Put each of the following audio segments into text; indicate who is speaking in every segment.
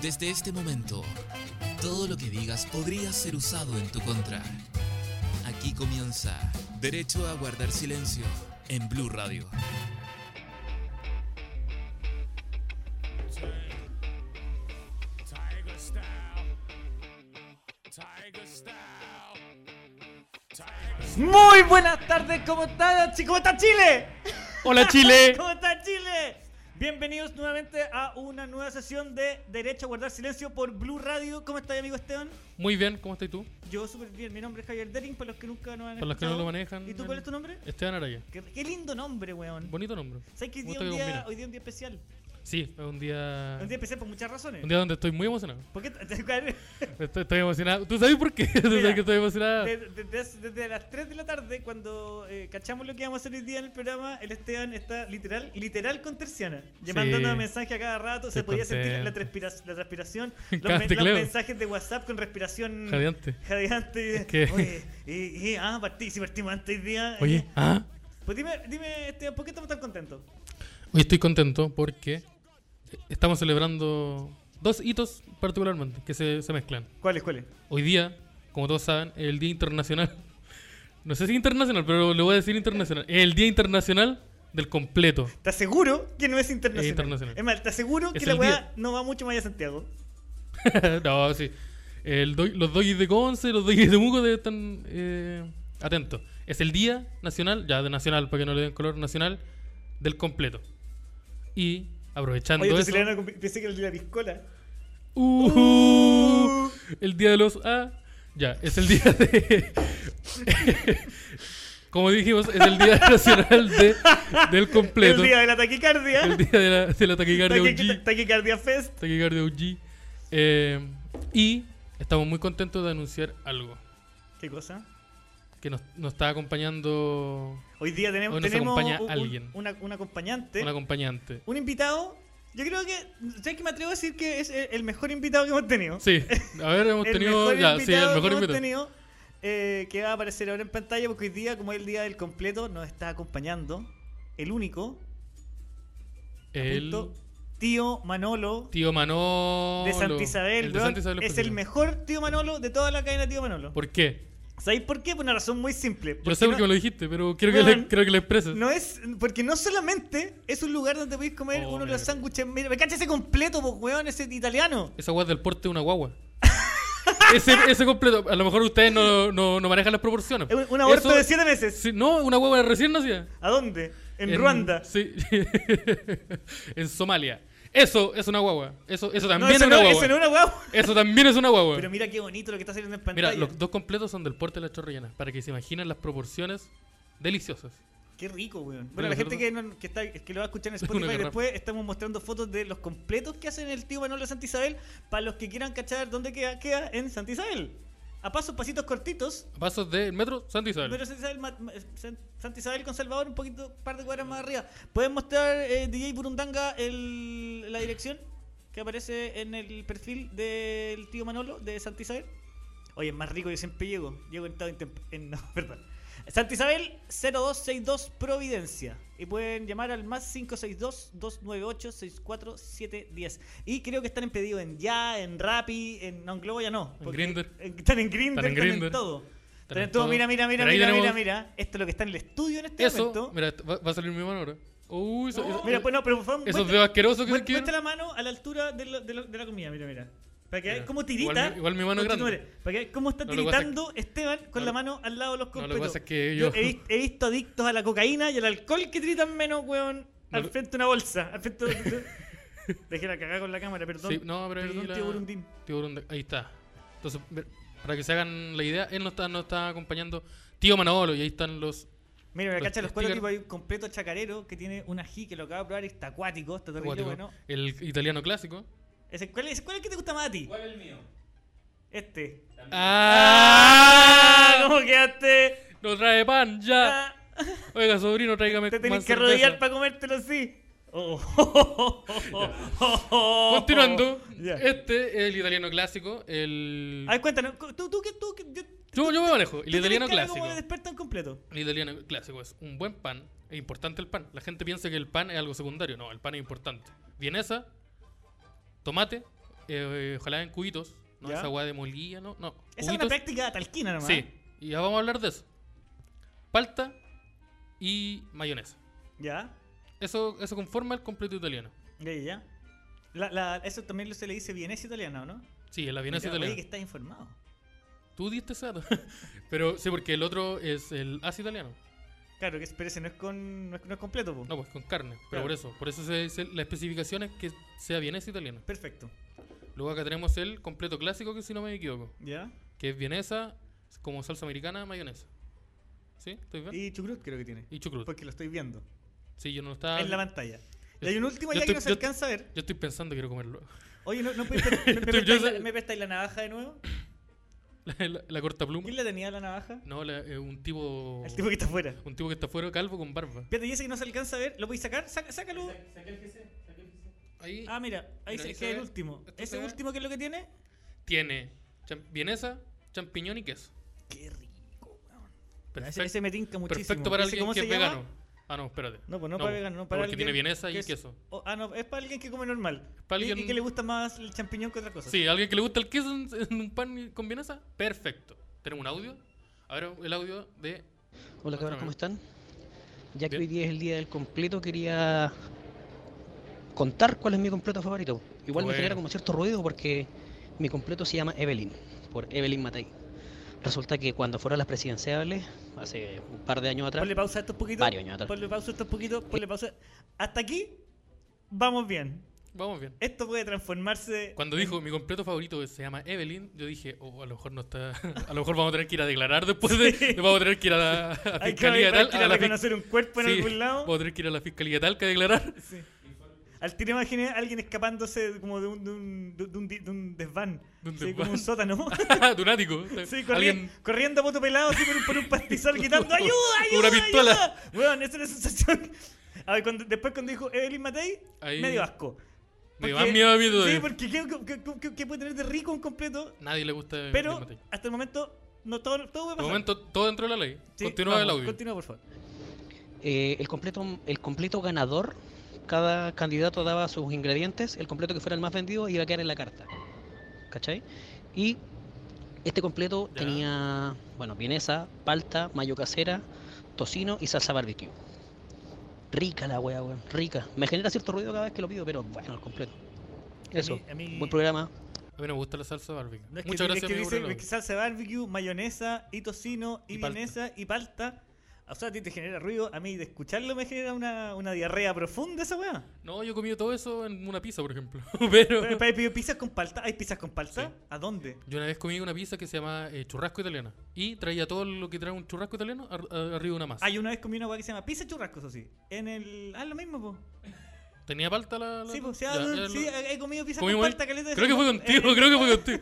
Speaker 1: Desde este momento, todo lo que digas podría ser usado en tu contra. Aquí comienza Derecho a guardar silencio en Blue Radio.
Speaker 2: Muy buenas tardes, ¿cómo están? chi- ¿Cómo está Chile?
Speaker 3: Hola Chile.
Speaker 2: ¿Cómo está Chile? Bienvenidos nuevamente a una nueva sesión de Derecho a Guardar Silencio por Blue Radio. ¿Cómo estás, amigo Esteban?
Speaker 3: Muy bien, ¿cómo estás tú?
Speaker 2: Yo súper bien. Mi nombre es Javier Dering, para los que nunca nos han
Speaker 3: Para los que no
Speaker 2: escuchado.
Speaker 3: lo manejan, Eh.
Speaker 2: ¿Y tú
Speaker 3: el-
Speaker 2: cuál es tu nombre?
Speaker 3: Esteban Araya.
Speaker 2: Qué, qué lindo nombre, weón.
Speaker 3: Bonito nombre.
Speaker 2: ¿Sabes que hoy día,
Speaker 3: Gusto
Speaker 2: un
Speaker 3: que
Speaker 2: día,
Speaker 3: combina.
Speaker 2: hoy día un día especial?
Speaker 3: Sí, es un día.
Speaker 2: Un día especial por muchas razones.
Speaker 3: Ah. un día donde estoy muy emocionado.
Speaker 2: ¿Por qué? te-
Speaker 3: Estoy, estoy emocionado. ¿Tú sabes por qué? ¿Tú
Speaker 2: Mira.
Speaker 3: sabes que estoy emocionado?
Speaker 2: Desde, desde- desde las 3 de la tarde, cuando eh, cachamos lo que íbamos a hacer hoy día en el programa, el Esteban está literal, literal con terciana. Ya
Speaker 3: Sí.
Speaker 2: mandando mensajes a cada rato, se
Speaker 3: Estoy
Speaker 2: podía sentir
Speaker 3: contento.
Speaker 2: la, transpira- la transpiración, los,
Speaker 3: Cada
Speaker 2: men- los
Speaker 3: tecleo.
Speaker 2: mensajes de WhatsApp con respiración
Speaker 3: Jadeante.
Speaker 2: jadeante.
Speaker 3: Es que-
Speaker 2: Oye, y, y- ah, partí, si partimos antes hoy día. eh.
Speaker 3: Oye, ah,
Speaker 2: Pues dime, dime Esteban, ¿por qué estamos tan contentos?
Speaker 3: hoy estoy contento porque estamos celebrando dos hitos particularmente que se, se mezclan.
Speaker 2: ¿Cuáles, cuáles?
Speaker 3: Hoy día, como todos saben, es el Día Internacional. No sé si internacional, pero le voy a decir internacional. Es el Día Internacional del completo.
Speaker 2: Te aseguro que no es internacional.
Speaker 3: Es
Speaker 2: Es,
Speaker 3: internacional.
Speaker 2: más, te aseguro
Speaker 3: Es
Speaker 2: que la
Speaker 3: el
Speaker 2: weá
Speaker 3: día.
Speaker 2: no va mucho más allá de Santiago.
Speaker 3: no, sí. El doy- los doggies de Conce, los doggies de Mugo deben estar eh, atentos. Es el Día Nacional, ya de Nacional, para que no le den color, Nacional del completo. Y aprovechando
Speaker 2: Oye, tu
Speaker 3: eso.
Speaker 2: chileno, pensé que era el de la piscola.
Speaker 3: ¡Ujú!
Speaker 2: Uh.
Speaker 3: el Día de los A. Ya, es el día de. Como dijimos, es el Día Nacional de- del completo.
Speaker 2: El día de la taquicardia.
Speaker 3: El día de la, de la taquicardia
Speaker 2: Taqui-
Speaker 3: OG.
Speaker 2: ta- Taquicardia Fest.
Speaker 3: Taquicardia OG. Eh, y estamos muy contentos de anunciar algo
Speaker 2: ¿Qué cosa?
Speaker 3: que nos, nos está acompañando
Speaker 2: Hoy día tenemos,
Speaker 3: Hoy nos
Speaker 2: tenemos
Speaker 3: acompaña
Speaker 2: un, un-
Speaker 3: alguien.
Speaker 2: una- un acompañante,
Speaker 3: un acompañante.
Speaker 2: un invitado. Yo creo que, ¿sabes que me atrevo a decir que es eh, el el mejor invitado que hemos tenido?
Speaker 3: Sí, a ver, hemos
Speaker 2: El
Speaker 3: tenido.
Speaker 2: mejor
Speaker 3: Ya, sí, el
Speaker 2: invitado
Speaker 3: mejor
Speaker 2: que hemos
Speaker 3: invitado.
Speaker 2: tenido, eh, que va a aparecer ahora en pantalla, porque hoy día, como es el día del completo, nos está acompañando el único,
Speaker 3: El
Speaker 2: punto, tío Manolo
Speaker 3: tío Manolo.
Speaker 2: de Santa Isabel.
Speaker 3: el de
Speaker 2: weón.
Speaker 3: Santa Isabel
Speaker 2: es el
Speaker 3: Especial.
Speaker 2: mejor tío Manolo de toda la cadena tío Manolo.
Speaker 3: ¿Por qué?
Speaker 2: ¿Sabéis por qué? Por una razón muy simple.
Speaker 3: Yo sé
Speaker 2: no-
Speaker 3: por qué me lo dijiste, pero quiero que,
Speaker 2: Weón,
Speaker 3: le, creo que le expreses.
Speaker 2: No es, porque no solamente es un lugar donde podéis comer
Speaker 3: Oh,
Speaker 2: uno de
Speaker 3: mira.
Speaker 2: los sándwiches. Mira, me cacha ese completo, pues, weón, ese italiano.
Speaker 3: Esa guagua del porte de una guagua. ese, ese completo. A lo mejor ustedes no, no, no manejan las proporciones.
Speaker 2: Es un- Un aborto
Speaker 3: Eso-
Speaker 2: de 7 meses.
Speaker 3: sí, no, una guagua recién nacida.
Speaker 2: ¿A dónde? En, Ruanda.
Speaker 3: Sí. en Somalia. Eso es una guagua. Eso, eso
Speaker 2: No,
Speaker 3: también
Speaker 2: eso
Speaker 3: es una
Speaker 2: no,
Speaker 3: guagua.
Speaker 2: eso no es una guagua.
Speaker 3: Eso también es una guagua.
Speaker 2: Pero mira qué bonito lo que está saliendo en pantalla.
Speaker 3: Mira, los dos completos son del porte de la chorrellana, para que se imaginen las proporciones deliciosas.
Speaker 2: Qué rico, weón.
Speaker 3: Pero
Speaker 2: Bueno, la gente
Speaker 3: nosotros-
Speaker 2: que, no- que está, que lo va a escuchar en
Speaker 3: Una
Speaker 2: Spotify
Speaker 3: garrafa.
Speaker 2: después, estamos mostrando fotos de los completos que hacen el tío Manolo de Santa Isabel para los que quieran cachar dónde queda, queda en Santa Isabel. A pasos, pasitos cortitos,
Speaker 3: A pasos del metro Santa Isabel.
Speaker 2: Pero Santa Isabel, ma- ma- San- Santa Isabel con Salvador, un poquito, par de cuadras más arriba. ¿Pueden mostrar, eh, DJ Burundanga, el- la dirección que aparece en el perfil del tío Manolo de Santa Isabel? Oye, es más rico, yo siempre llego. Llego en todo intemp- en- No, perdón. Santa Isabel 0262 Providencia. Y pueden llamar al más 562-298-64710. Y creo que están en pedido en Ya, en Rappi, en, no, en Globo ya no.
Speaker 3: En
Speaker 2: porque-
Speaker 3: Grindr.
Speaker 2: en- Están en Grindr,
Speaker 3: Están en
Speaker 2: están en
Speaker 3: Grindr.
Speaker 2: todo.
Speaker 3: Están en
Speaker 2: Entonces, todo,
Speaker 3: todo.
Speaker 2: mira, mira, mira,
Speaker 3: Pero ahí
Speaker 2: mira, mira,
Speaker 3: tenemos-
Speaker 2: mira. Esto es lo que está en el estudio en este
Speaker 3: Eso,
Speaker 2: momento.
Speaker 3: mira, esto- va, va a salir mi mano ahora. Uy, eso- eso-
Speaker 2: Mira, pues no, pero por favor,
Speaker 3: esos
Speaker 2: muestra-
Speaker 3: dedos asquerosos que
Speaker 2: muestra-
Speaker 3: que-
Speaker 2: muestra la mano a la altura de, lo- de lo- de la comida, mira, mira. Para que
Speaker 3: Mira,
Speaker 2: veas cómo
Speaker 3: igual
Speaker 2: tirita.
Speaker 3: mi- igual mi mano es
Speaker 2: Conchetumare.
Speaker 3: grande.
Speaker 2: Para que veas cómo está
Speaker 3: No, lo que pasa es que-
Speaker 2: tiritando Esteban con
Speaker 3: no,
Speaker 2: la
Speaker 3: lo-
Speaker 2: mano al lado de
Speaker 3: no, lo
Speaker 2: los
Speaker 3: que
Speaker 2: completos.
Speaker 3: pasa es que yo-
Speaker 2: he, vis- he visto adictos a la cocaína y al alcohol que tritan menos, weón.
Speaker 3: No,
Speaker 2: al
Speaker 3: lo-
Speaker 2: frente de una bolsa. Al frente de- de- Dejé la cagada con la cámara, perdón.
Speaker 3: Sí, no, pero ahí
Speaker 2: perdón,
Speaker 3: la-
Speaker 2: tío Burundín.
Speaker 3: tío Burundanga, ahí está. Entonces, ver, para que se hagan la idea, él no está, no está acompañando tío Manolo y ahí están los.
Speaker 2: Mira, me
Speaker 3: Los
Speaker 2: cacha los cuatro
Speaker 3: stickers.
Speaker 2: tipos. Hay un completo chacarero que tiene un ají que lo acabo de probar y está acuático, está terrible
Speaker 3: acuáticos.
Speaker 2: bueno.
Speaker 3: El italiano clásico.
Speaker 2: Ese, ¿cuál, es, ¿Cuál es el que te gusta más a ti?
Speaker 4: ¿Cuál es el mío?
Speaker 2: Este.
Speaker 3: ¡Ah!
Speaker 2: ¿Cómo quedaste?
Speaker 3: No trae pan ya.
Speaker 2: Ah,
Speaker 3: Oiga, sobrino, Ah, tráigame
Speaker 2: te tenés
Speaker 3: más
Speaker 2: que
Speaker 3: cerveza.
Speaker 2: rodear para comértelo así. Oh.
Speaker 3: Continuando,
Speaker 2: Ya.
Speaker 3: este es el italiano clásico. El...
Speaker 2: A ver, cuéntanos. cu- ¿Tú, tú, qué- tú, qué- yo-
Speaker 3: Yo, yo me manejo.
Speaker 2: tú
Speaker 3: El italiano
Speaker 2: tenés cara
Speaker 3: clásico.
Speaker 2: como de experto en completo.
Speaker 3: El italiano clásico es un buen pan. Es importante el pan. La gente piensa que el pan es algo secundario. No, el pan es importante. Vienesa, tomate, eh, ojalá en cubitos. No
Speaker 2: ¿Ya?
Speaker 3: esa weá de molilla, no. no
Speaker 2: Esa es una
Speaker 3: cubitos.
Speaker 2: práctica talquina nomás.
Speaker 3: Sí, y ya vamos a hablar de eso. Palta y mayonesa.
Speaker 2: Ya,
Speaker 3: Eso, eso conforma el completo italiano.
Speaker 2: ya, ya. ya. La- la- eso también se le dice vienesa italiana, ¿o no?
Speaker 3: Sí, en la vienesa
Speaker 2: Mira,
Speaker 3: italiana.
Speaker 2: Oye, que estás informado.
Speaker 3: Tú diste ese dato. Pero sí, porque el otro es el ácido italiano.
Speaker 2: Claro, que, pero ese no es, con, no es, no es completo, po.
Speaker 3: No, pues con carne. Pero
Speaker 2: Claro.
Speaker 3: por eso, por eso se, se- la especificación es que sea vienesa italiana.
Speaker 2: Perfecto.
Speaker 3: Luego acá tenemos el completo clásico, que si no me equivoco,
Speaker 2: ¿Ya?
Speaker 3: que es vienesa como salsa americana, mayonesa. ¿Sí? ¿Estoy bien?
Speaker 2: Y chucrut creo que tiene.
Speaker 3: Y, chucrut.
Speaker 2: Porque lo estoy viendo
Speaker 3: Sí, yo no lo estaba.
Speaker 2: en la pantalla. Y
Speaker 3: Pues Ah, Yo-
Speaker 2: hay un último
Speaker 3: yo
Speaker 2: ya
Speaker 3: estoy-
Speaker 2: que no se
Speaker 3: yo-
Speaker 2: alcanza a ver.
Speaker 3: Yo estoy pensando, quiero comerlo.
Speaker 2: Oye, ¿no, no podéis pre- me, me
Speaker 3: Estoy- yo
Speaker 2: prestáis la-
Speaker 3: sé-
Speaker 2: me prestáis la navaja de nuevo?
Speaker 3: La, la- la corta pluma.
Speaker 2: ¿Quién la tenía la navaja?
Speaker 3: No, la- eh, un tipo.
Speaker 2: El tipo que está afuera.
Speaker 3: Un tipo que está fuera calvo con barba.
Speaker 2: Fíjate, y ese que no se alcanza a ver, ¿lo podéis sacar? Saca- sácalo.
Speaker 3: Ahí
Speaker 2: Ah, mira, ahí
Speaker 3: Mira,
Speaker 2: se
Speaker 3: ahí
Speaker 2: queda
Speaker 3: se
Speaker 2: el
Speaker 3: ve.
Speaker 2: último.
Speaker 3: Esto
Speaker 2: ¿Ese
Speaker 3: se ve.
Speaker 2: último que es lo que tiene?
Speaker 3: tiene cham- vienesa, champiñón y queso.
Speaker 2: Qué rico, weón.
Speaker 3: Perfecto,
Speaker 2: Ese, ese me tinca muchísimo.
Speaker 3: perfecto para
Speaker 2: ¿Ese
Speaker 3: alguien
Speaker 2: cómo
Speaker 3: que
Speaker 2: se
Speaker 3: es
Speaker 2: llama?
Speaker 3: vegano. Ah, no, espérate.
Speaker 2: No, pues no, para vegano, no para
Speaker 3: Porque tiene
Speaker 2: alguien
Speaker 3: vienesa y
Speaker 2: que es-
Speaker 3: queso.
Speaker 2: Oh, ah, no, es para alguien que come normal.
Speaker 3: Para
Speaker 2: Y-
Speaker 3: alguien-
Speaker 2: Y que le gusta más el champiñón que otra cosa.
Speaker 3: Sí, alguien que le gusta el queso en, en un pan y- con vienesa, perfecto. ¿Tenemos un audio? A ver, el audio de.
Speaker 4: Hola
Speaker 3: Otra
Speaker 4: cabros, ¿cómo
Speaker 3: vez.
Speaker 4: están? Ya que
Speaker 3: Bien.
Speaker 4: hoy día es el día del completo, quería contar cuál es mi completo favorito. Igual me genera
Speaker 3: Bueno.
Speaker 4: como cierto ruido porque mi completo se llama Evelyn, por Evelyn Matei. Resulta que cuando fueron las presidenciales, hace un par de años atrás,
Speaker 2: Ponle pausa a estos poquitos.
Speaker 4: Varios años atrás.
Speaker 2: Ponle pausa a estos poquitos. Ponle pausa. Hasta aquí vamos bien.
Speaker 3: Vamos bien.
Speaker 2: Esto puede transformarse.
Speaker 3: Cuando dijo mi completo favorito se llama Evelyn, yo dije, oh, a lo mejor no está. A lo mejor vamos a tener que ir a declarar después de. Vamos a tener que ir a la a
Speaker 2: Hay que,
Speaker 3: fiscalía
Speaker 2: hay
Speaker 3: tal.
Speaker 2: que
Speaker 3: a
Speaker 2: ir a
Speaker 3: la fi-
Speaker 2: reconocer un cuerpo en
Speaker 3: sí,
Speaker 2: algún lado.
Speaker 3: Vamos a tener que ir a la fiscalía tal que a declarar.
Speaker 2: Sí. Al tiro imaginé a alguien escapándose de- como de un, de un, de un, de un desván.
Speaker 3: De un
Speaker 2: Sí,
Speaker 3: desván.
Speaker 2: Como un sótano.
Speaker 3: Dunático.
Speaker 2: Sí, corri- corriendo a voto pelado así por un, por un pastizal gritando ¡Ayuda,
Speaker 3: Con
Speaker 2: ayuda,
Speaker 3: una pistola.
Speaker 2: ayuda! Weón, esa es la sensación. A ver, cuando- después cuando dijo Evelyn Matei,
Speaker 3: Ahí-
Speaker 2: medio asco.
Speaker 3: Me dio
Speaker 2: Porque-
Speaker 3: más miedo a mí todavía.
Speaker 2: Sí, porque ¿qué, qué- qué- qué- qué puede tener de rico un completo?
Speaker 3: Nadie le gusta. el
Speaker 2: Pero
Speaker 3: Matei.
Speaker 2: hasta el momento, no, todo, todo puede
Speaker 3: De
Speaker 2: pasar.
Speaker 3: momento, todo dentro de la ley.
Speaker 2: Sí,
Speaker 3: Continúa
Speaker 2: vamos,
Speaker 3: el audio.
Speaker 2: Continúa, por favor.
Speaker 4: eh, el, completo, el completo ganador, cada candidato daba sus ingredientes, el completo que fuera el más vendido iba a quedar en la carta. ¿Cachai? Y este completo
Speaker 3: Ya.
Speaker 4: tenía, bueno, vienesa, palta, mayo casera, tocino y salsa barbecue. Rica la wea, weón, rica. Me genera cierto ruido cada vez que lo pido, pero bueno, el completo.
Speaker 2: mí-
Speaker 4: Eso,
Speaker 2: a mí-
Speaker 4: buen programa.
Speaker 3: A mí no me gusta la salsa barbecue.
Speaker 2: No, es que-
Speaker 3: Muchas
Speaker 2: Es
Speaker 3: gracias,
Speaker 2: que
Speaker 3: amigo,
Speaker 2: dice
Speaker 3: por el
Speaker 2: que
Speaker 3: audio.
Speaker 2: salsa barbecue, mayonesa y tocino y,
Speaker 3: Y palta.
Speaker 2: vienesa y palta. O sea, a ti te genera ruido. A mí de escucharlo me genera una, una diarrea profunda esa weá.
Speaker 3: No, yo he comido todo eso en una pizza, por ejemplo. Pero
Speaker 2: Pero, pero ¿Hay pizzas con palta? ¿Hay pizzas con palta?
Speaker 3: Sí.
Speaker 2: ¿A dónde?
Speaker 3: yo una vez comí una pizza que se llama eh, churrasco italiana. Y traía todo lo que trae un churrasco italiano ar- a- arriba de una masa.
Speaker 2: Ah, yo una vez comí una weá que se llama pizza churrasco, eso sí. En el. Ah, lo mismo, po.
Speaker 3: ¿Tenía palta la...? la-
Speaker 2: Sí, po. Sí,
Speaker 3: Ya,
Speaker 2: ah,
Speaker 3: ya lo-
Speaker 2: sí, he comido pizza con
Speaker 3: comimos ahí.
Speaker 2: palta, caleta de
Speaker 3: Creo que fue
Speaker 2: semana.
Speaker 3: contigo,
Speaker 2: En-
Speaker 3: creo que fue contigo.